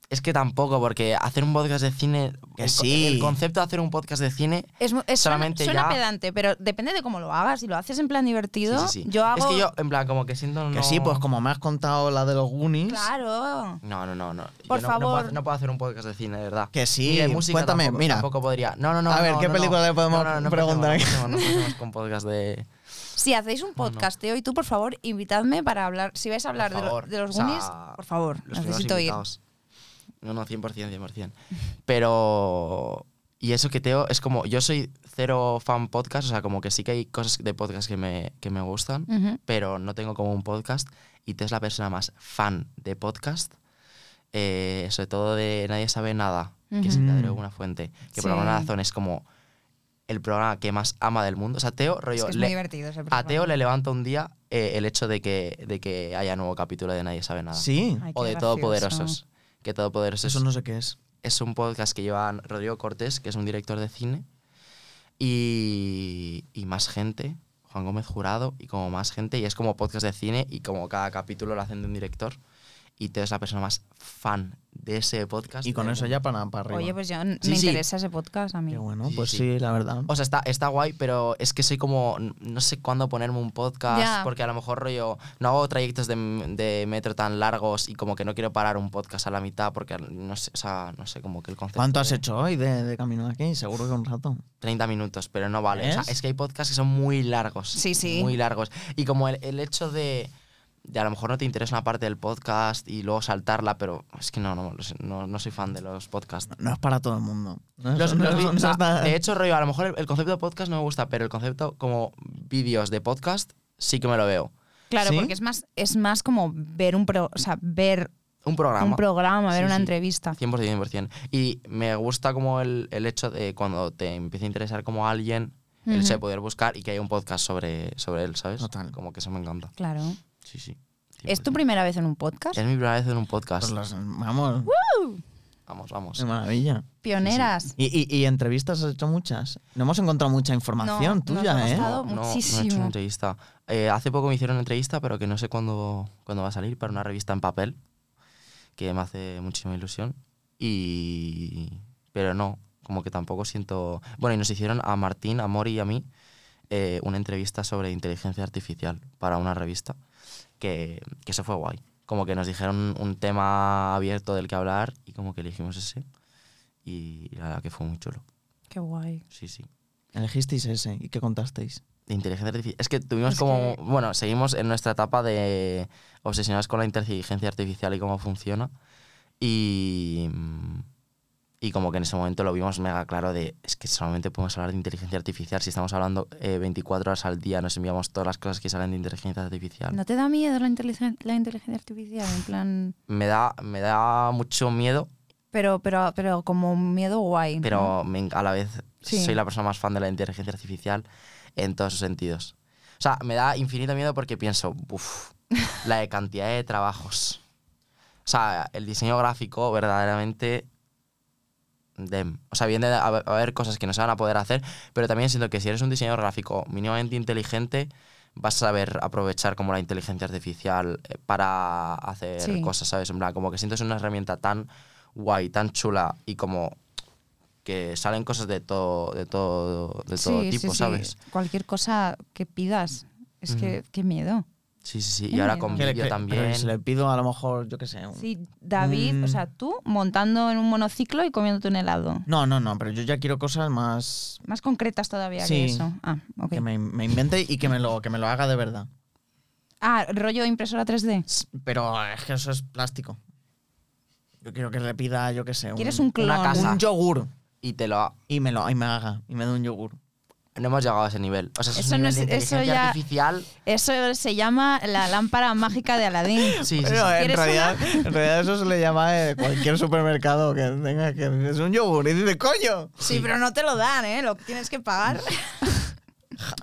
Speaker 3: es que tampoco porque hacer un podcast de cine
Speaker 1: Que
Speaker 3: el, co-
Speaker 1: sí.
Speaker 3: el concepto de hacer un podcast de cine
Speaker 4: Es, mu- es-
Speaker 3: Solamente
Speaker 4: suena, suena
Speaker 3: ya-
Speaker 4: pedante, pero depende de cómo lo hagas. Si lo haces en plan divertido,
Speaker 3: sí, sí, sí.
Speaker 4: yo hago.
Speaker 3: Es que yo en plan como que siento
Speaker 1: Que
Speaker 3: no-
Speaker 1: sí, pues como me has contado la de los Goonies.
Speaker 4: Claro.
Speaker 3: No, no, no, no. Yo
Speaker 4: Por
Speaker 3: no- no puedo
Speaker 4: favor.
Speaker 3: hacer- no puedo hacer un podcast de cine, de verdad.
Speaker 1: Que sí,
Speaker 3: Ni de música
Speaker 1: cuéntame,
Speaker 3: tampoco,
Speaker 1: mira.
Speaker 3: Tampoco podría. No, no, no.
Speaker 1: A ver,
Speaker 3: no,
Speaker 1: ¿qué
Speaker 3: no,
Speaker 1: película
Speaker 3: no.
Speaker 1: le podemos
Speaker 3: No, no, no
Speaker 1: preguntar?
Speaker 3: empecemos, no empecemos con podcast de
Speaker 4: Si hacéis un podcast de hoy, tú, por favor, invitadme para hablar. Si vais a hablar de, lo-
Speaker 3: favor.
Speaker 4: de los
Speaker 3: O sea,
Speaker 4: Goonies, por favor,
Speaker 3: los primeros
Speaker 4: necesito ir.
Speaker 3: invitados. No, no, 100%, 100%. Pero... Y eso que Teo es como... Yo soy cero fan podcast, o sea, como que sí que hay cosas de podcast que me, que me gustan,
Speaker 4: Ujú.
Speaker 3: pero no tengo como un podcast. Y Teo es la persona más fan de podcast, eh, sobre todo de Nadie sabe nada, que es
Speaker 1: Ujú.
Speaker 3: de una fuente, que
Speaker 4: Sí.
Speaker 3: por alguna razón es como el programa que más ama del mundo. O sea, Teo, rollo...
Speaker 4: Es que es
Speaker 3: le-
Speaker 4: muy divertido ese
Speaker 3: a Teo
Speaker 4: programa.
Speaker 3: le levanta un día eh, el hecho de que, de que haya nuevo capítulo de Nadie sabe nada
Speaker 1: Sí. Pues
Speaker 4: Ay,
Speaker 3: o
Speaker 4: qué
Speaker 3: de
Speaker 4: gracioso.
Speaker 3: Todopoderosos. Que Todopoderosos
Speaker 1: Eso no sé qué es.
Speaker 3: es un podcast que lleva Rodrigo Cortés, que es un director de cine, y, y más gente, Juan Gómez Jurado, y como más gente, y es como podcast de cine, y como cada capítulo lo hacen de un director, y tú eres la persona más fan de ese podcast.
Speaker 1: Y con
Speaker 3: del
Speaker 1: eso
Speaker 3: mundo.
Speaker 1: ya para, para arriba.
Speaker 4: Oye, pues yo
Speaker 3: Sí,
Speaker 4: me
Speaker 3: sí.
Speaker 4: interesa ese podcast a mí.
Speaker 1: Qué bueno,
Speaker 3: Sí,
Speaker 1: pues
Speaker 3: sí.
Speaker 1: sí, la verdad.
Speaker 3: O sea, está, está guay, pero es que soy como, n- no sé cuándo ponerme un podcast,
Speaker 4: Ya.
Speaker 3: porque a lo mejor rollo, no hago trayectos de, m- de metro tan largos y como que no quiero parar un podcast a la mitad, porque no sé, o sea, no sé, como que el concepto...
Speaker 1: ¿Cuánto has
Speaker 3: de-
Speaker 1: hecho hoy de, de camino aquí? Seguro que un rato.
Speaker 3: 30 minutos, pero no vale. O sea,
Speaker 1: ¿Ves?
Speaker 3: es que hay podcasts que son muy largos.
Speaker 4: Sí, sí.
Speaker 3: Muy largos. Y como el, el hecho de, de a lo mejor no te interesa una parte del podcast y luego saltarla, pero es que no, no, lo sé, no, no soy fan de los podcasts.
Speaker 1: No es para todo el mundo. No es-
Speaker 3: Los-
Speaker 1: no
Speaker 3: los
Speaker 1: es-
Speaker 3: vi-
Speaker 1: no
Speaker 3: o sea,
Speaker 1: está-
Speaker 3: de hecho, rollo, a lo mejor el, el concepto de podcast no me gusta, pero el concepto como vídeos de podcast sí que me lo veo.
Speaker 4: Claro,
Speaker 1: ¿Sí?
Speaker 4: porque es más, es más como ver un pro, o sea, ver
Speaker 3: Un programa.
Speaker 4: un programa, ver
Speaker 3: Sí,
Speaker 4: una
Speaker 3: sí.
Speaker 4: entrevista.
Speaker 3: 100%, 100%. Y me gusta como el, el hecho de cuando te empieza a interesar como alguien, el hecho de
Speaker 4: Ujú.
Speaker 3: poder buscar y que haya un podcast sobre, sobre él, ¿sabes?
Speaker 1: Total.
Speaker 3: Como que eso me encanta.
Speaker 4: Claro.
Speaker 3: Sí, pues sí.
Speaker 4: ¿Es tu primera vez en un podcast?
Speaker 3: Es mi primera vez en un podcast.
Speaker 1: Pues las- vamos,
Speaker 3: Vamos, vamos.
Speaker 1: qué maravilla.
Speaker 4: Pioneras.
Speaker 1: Y, y- y entrevistas has hecho muchas. No hemos encontrado mucha información
Speaker 4: No, nos
Speaker 1: tuya,
Speaker 4: ha
Speaker 1: ¿eh?
Speaker 4: gustado.
Speaker 3: No, no he hecho
Speaker 4: Muchísimo.
Speaker 3: una entrevista. Eh, hace poco me hicieron una entrevista, pero que no sé cuándo, cuándo va a salir, para una revista en papel, que me hace muchísima ilusión. Y... Pero no, como que tampoco siento... Bueno, y nos hicieron a Martín, a Mori y a mí eh, una entrevista sobre inteligencia artificial para una revista, que, que eso fue guay. Como que nos dijeron un tema abierto del que hablar y como que elegimos ese. Y la verdad que fue muy chulo.
Speaker 4: Qué guay.
Speaker 3: Sí, sí.
Speaker 1: Elegisteis ese y qué contasteis.
Speaker 3: De inteligencia artificial. Es que tuvimos
Speaker 4: Es
Speaker 3: como.
Speaker 4: que-
Speaker 3: Bueno, seguimos en nuestra etapa de obsesionados con la inteligencia artificial y cómo funciona. Y. mm, Y como que en ese momento lo vimos mega claro de. Es que solamente podemos hablar de inteligencia artificial si estamos hablando eh, 24 horas al día, nos enviamos todas las cosas que salen de inteligencia artificial.
Speaker 4: ¿No te da miedo la inteligencia, la inteligencia artificial? En plan.
Speaker 3: Me, da, me da mucho miedo,
Speaker 4: Pero, pero, pero como un miedo guay. ¿no?
Speaker 3: pero me en- a la vez
Speaker 4: Sí.
Speaker 3: soy la persona más fan de la inteligencia artificial en todos sus sentidos. O sea, me da infinito miedo porque pienso, uff, la de cantidad de trabajos. O sea, el diseño gráfico verdaderamente... Dem. O sea, viene a a haber cosas que no se van a poder hacer, pero también siento que si eres un diseñador gráfico mínimamente inteligente, vas a saber aprovechar como la inteligencia artificial eh, para hacer
Speaker 4: Sí.
Speaker 3: cosas, ¿sabes? En plan, como que siento que es una herramienta tan guay, tan chula y como que salen cosas de todo, de todo, de todo
Speaker 4: Sí, sí,
Speaker 3: tipo,
Speaker 4: sí.
Speaker 3: ¿sabes?
Speaker 4: Cualquier cosa que pidas. Es que, qué miedo.
Speaker 3: Sí, sí, sí.
Speaker 4: Qué
Speaker 3: Y ahora
Speaker 4: miedo.
Speaker 3: con
Speaker 1: Que le-
Speaker 3: vídeo
Speaker 1: que-
Speaker 3: también.
Speaker 1: pero si le pido a lo mejor, yo qué sé. un-
Speaker 4: Sí, David,
Speaker 1: Mm.
Speaker 4: o sea, tú montando en un monociclo y comiéndote un helado.
Speaker 1: No, no, no, pero yo ya quiero cosas más
Speaker 4: Más concretas todavía
Speaker 1: Sí.
Speaker 4: que eso. Ah, ok.
Speaker 1: que me, me invente y que me, lo, que me lo haga de verdad.
Speaker 4: Ah, rollo impresora 3D.
Speaker 1: S- Pero es que eso es plástico. Yo quiero que le pida, yo qué sé.
Speaker 4: ¿Quieres un clon?
Speaker 3: casa.
Speaker 1: un yogur
Speaker 3: Y te lo. ha-
Speaker 1: y me lo y me haga y me dé un yogur.
Speaker 3: No hemos llegado a ese nivel. O sea, eso es
Speaker 4: Eso
Speaker 3: un
Speaker 4: no
Speaker 3: nivel de
Speaker 4: es- eso
Speaker 3: inteligencia
Speaker 4: ya-
Speaker 3: artificial.
Speaker 4: Eso se llama la lámpara mágica de Aladín.
Speaker 3: Sí, sí, sí.
Speaker 1: Pero en,
Speaker 4: ¿Quieres
Speaker 1: realidad, en realidad eso se le llama eh, cualquier supermercado que tenga que es un yogur y dice coño.
Speaker 4: Sí, pero no te lo dan, ¿eh? Lo tienes que pagar.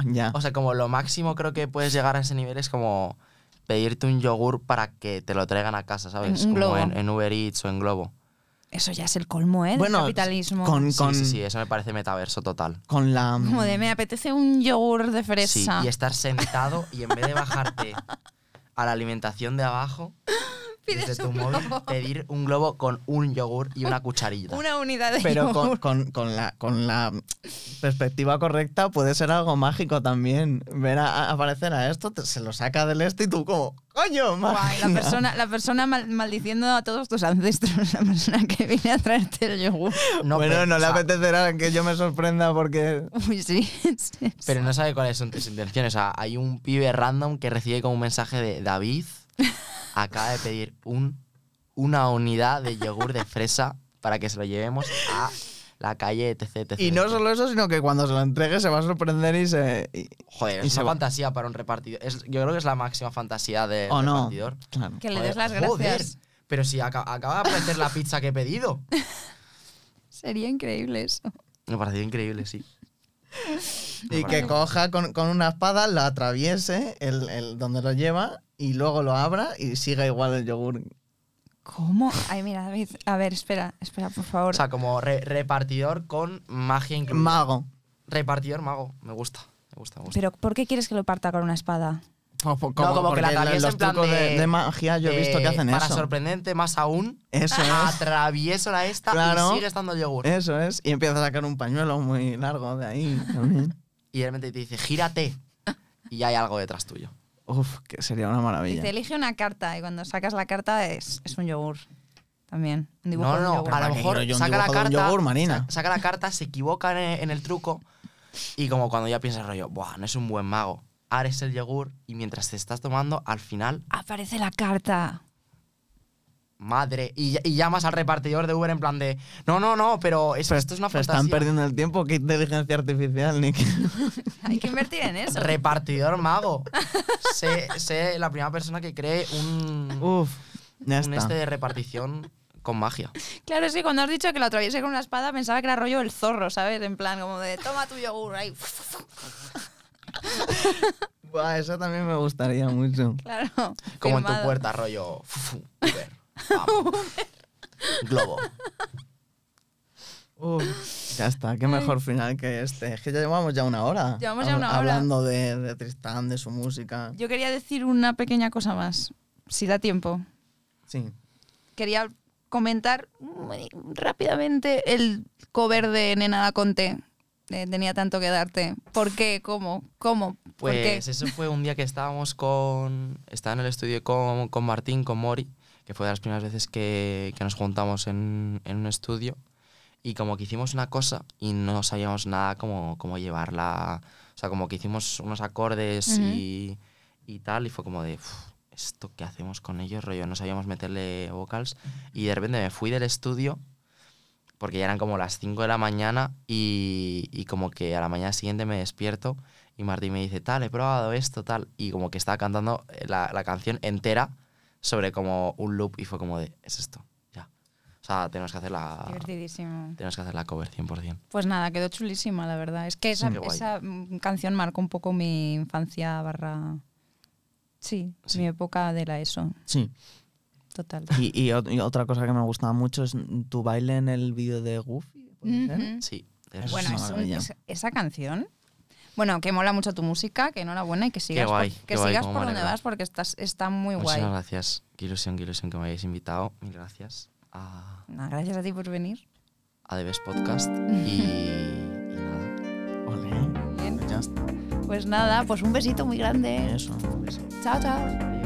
Speaker 1: Ya.
Speaker 3: O sea, como lo máximo creo que puedes llegar a ese nivel es como pedirte un yogur para que te lo traigan a casa, ¿sabes?
Speaker 4: Un
Speaker 3: como
Speaker 4: globo.
Speaker 3: en, en Uber Eats o en Globo.
Speaker 4: Eso ya es el colmo, ¿eh?
Speaker 1: Bueno,
Speaker 4: del capitalismo.
Speaker 1: Con,
Speaker 3: Sí,
Speaker 1: con-
Speaker 3: sí, sí, eso me parece metaverso total.
Speaker 1: con la.
Speaker 4: Como de, me apetece un yogur de
Speaker 3: Mm. Sí,
Speaker 4: fresa.
Speaker 3: y estar sentado y en vez de bajarte a la alimentación de abajo,
Speaker 4: Pides
Speaker 3: desde tu
Speaker 4: un
Speaker 3: móvil,
Speaker 4: globo.
Speaker 3: pedir un globo con un yogur y una cucharilla.
Speaker 4: Una unidad de
Speaker 1: Pero con,
Speaker 4: yogur.
Speaker 1: con- con la, con la perspectiva correcta puede ser algo mágico también. Ver a- a- aparecer a esto, te- se lo saca del este y tú como, coño,
Speaker 4: Guay, la
Speaker 1: magia".
Speaker 4: persona, la persona mal- maldiciendo a todos tus ancestros, la persona que viene a traerte el yogur.
Speaker 1: bueno,
Speaker 3: pero,
Speaker 1: no
Speaker 3: o
Speaker 1: le
Speaker 3: sea,
Speaker 1: apetecerá que yo me sorprenda porque...
Speaker 4: Uy, sí. sí, sí.
Speaker 3: Pero no sabe cuáles son tus intenciones. O sea, hay un pibe random que recibe como un mensaje de David, acaba de pedir un, una unidad de yogur de fresa para que se lo llevemos a la calle, etc. etc,
Speaker 1: Y no
Speaker 3: etc.
Speaker 1: solo eso, sino que cuando se lo entregue se va a sorprender y se... y-
Speaker 3: Joder,
Speaker 1: y
Speaker 3: es
Speaker 1: se
Speaker 3: una
Speaker 1: va.
Speaker 3: fantasía para un repartidor. Es- yo creo que es la máxima fantasía del
Speaker 1: ¿O no?
Speaker 3: repartidor.
Speaker 1: Claro.
Speaker 4: que le des las
Speaker 3: Joder,
Speaker 4: gracias.
Speaker 3: joder, pero si aca- acaba de aparecer la pizza que he pedido.
Speaker 4: Sería increíble eso.
Speaker 3: Me pareció increíble, sí.
Speaker 1: Y
Speaker 3: Me
Speaker 1: que
Speaker 3: pareció-
Speaker 1: coja con, con una espada, la atraviese el, el- donde lo lleva y luego lo abra y siga igual el yogur.
Speaker 4: ¿Cómo? Ay, mira, David. A ver, espera, espera, por favor.
Speaker 3: O sea, como re- repartidor con magia incluida.
Speaker 1: Mago.
Speaker 3: repartidor mago. Me gusta. Me gusta, me gusta.
Speaker 4: Pero ¿por qué quieres que lo parta con una espada?
Speaker 1: Po- po-
Speaker 3: No, como que la
Speaker 1: pues, porque
Speaker 3: atraviesa
Speaker 1: los
Speaker 3: en plan
Speaker 1: trucos de,
Speaker 3: de-
Speaker 1: de magia yo he visto que
Speaker 3: Eh,
Speaker 1: hacen
Speaker 3: Para
Speaker 1: eso.
Speaker 3: sorprendente, más aún,
Speaker 1: Eso es.
Speaker 3: atravieso la esta
Speaker 1: Claro. Eh.
Speaker 3: y sigue estando el yogur.
Speaker 1: Eso es. Y empieza a sacar un pañuelo muy largo de ahí también.
Speaker 3: Y realmente te dice, gírate. Y hay algo detrás tuyo.
Speaker 1: Uf, que sería una
Speaker 4: Y
Speaker 1: maravilla.
Speaker 4: te elige una carta y cuando sacas la carta es, es un yogur. También. Un dibujo
Speaker 3: No,
Speaker 4: de un
Speaker 3: no,
Speaker 4: yogur.
Speaker 3: a
Speaker 1: ¿Para
Speaker 3: lo
Speaker 1: qué
Speaker 3: mejor
Speaker 1: quiero yo un
Speaker 3: saca la
Speaker 1: dibujo de
Speaker 3: carta.
Speaker 1: un yogur, Marina?
Speaker 3: sa- Saca la carta, se equivoca en el, en el truco. Y como cuando ya piensas rollo, buah, no es un buen mago. Ares el yogur y mientras te estás tomando, al final,
Speaker 4: Aparece la carta.
Speaker 3: madre. Y, y llamas al repartidor de Uber en plan de, no, no, no, pero es-
Speaker 1: Pero-
Speaker 3: esto es una
Speaker 1: pero están
Speaker 3: fantasía.
Speaker 1: perdiendo el tiempo. Qué inteligencia artificial, Nick.
Speaker 4: Hay que invertir en eso.
Speaker 3: Repartidor mago. sé, sé la primera persona que cree un,
Speaker 1: Uf, ya
Speaker 3: un
Speaker 1: está.
Speaker 3: este de repartición con magia.
Speaker 4: Claro, sí, cuando has dicho que lo atraviese con una espada pensaba que era rollo el zorro, ¿sabes? En plan, como de toma tu yogur ahí.
Speaker 1: Buah, eso también me gustaría mucho.
Speaker 4: Claro.
Speaker 3: Como en
Speaker 4: firmado.
Speaker 3: tu puerta, rollo. fu, fu, Uber. pam, Globo.
Speaker 1: Uf, ya está. Qué mejor final que este. Es que ya llevamos ya una hora.
Speaker 4: Llevamos ya
Speaker 1: hab-
Speaker 4: una hora.
Speaker 1: Hablando de, de Tristán, de su música.
Speaker 4: Yo quería decir una pequeña cosa más, si da tiempo.
Speaker 1: Sí.
Speaker 4: Quería comentar muy rápidamente el cover de Nenada Conte. de tenía tanto que darte. ¿Por qué? ¿Cómo? ¿Cómo? ¿Por qué?
Speaker 3: Pues eso fue un día que estábamos con. Estaba en el estudio con, con Martín, con Mori, que fue de las primeras veces que, que nos juntamos en, en un estudio. Y como que hicimos una cosa y no sabíamos nada cómo, cómo llevarla. O sea, como que hicimos unos acordes y, y tal, y fue como de. "Uf, ¿Esto qué hacemos con ellos? Rollo, no sabíamos meterle vocals. Y de repente me fui del estudio porque ya eran como las 5 de la mañana y, y como que a la mañana siguiente me despierto y Martín me dice, tal, he probado esto, tal, y como que estaba cantando eh, la, la canción entera sobre como un loop y fue como de, es esto, ya. O sea, tenemos que hacer la,
Speaker 4: Divertidísimo.
Speaker 3: tenemos que hacer la cover 100%.
Speaker 4: Pues nada, quedó chulísima, la verdad. Es que esa,
Speaker 3: Qué guay.
Speaker 4: esa, mm, canción marcó un poco mi infancia barra... Sí,
Speaker 3: Sí.
Speaker 4: mi época de la ESO,
Speaker 1: Sí.
Speaker 4: total.
Speaker 1: Y, y ot- y otra cosa que me gustaba mucho es tu baile en el vídeo de Goofy. ¿puede ser?
Speaker 4: Ujú.
Speaker 3: Sí.
Speaker 1: Eso
Speaker 4: Mm. Bueno,
Speaker 1: es
Speaker 4: es un-
Speaker 1: maravilla.
Speaker 4: es- esa canción. Bueno, que mola mucho tu música, que enhorabuena y que sigas,
Speaker 3: guay,
Speaker 4: por, que
Speaker 3: qué guay,
Speaker 4: sigas
Speaker 3: cómo
Speaker 4: por
Speaker 3: me Pues
Speaker 4: donde
Speaker 3: alegra.
Speaker 4: vas porque estás, está muy guay.
Speaker 3: Muchas gracias. Qué ilusión, qué ilusión que me hayáis invitado. Mil gracias a,
Speaker 4: Nada, gracias a ti por venir.
Speaker 3: a Debes Podcast y, y nada.
Speaker 1: Ole.
Speaker 4: Bien.
Speaker 1: Ya está.
Speaker 4: Pues nada, pues un besito muy grande.
Speaker 1: Eso.
Speaker 4: Chao, chao.
Speaker 3: Adiós.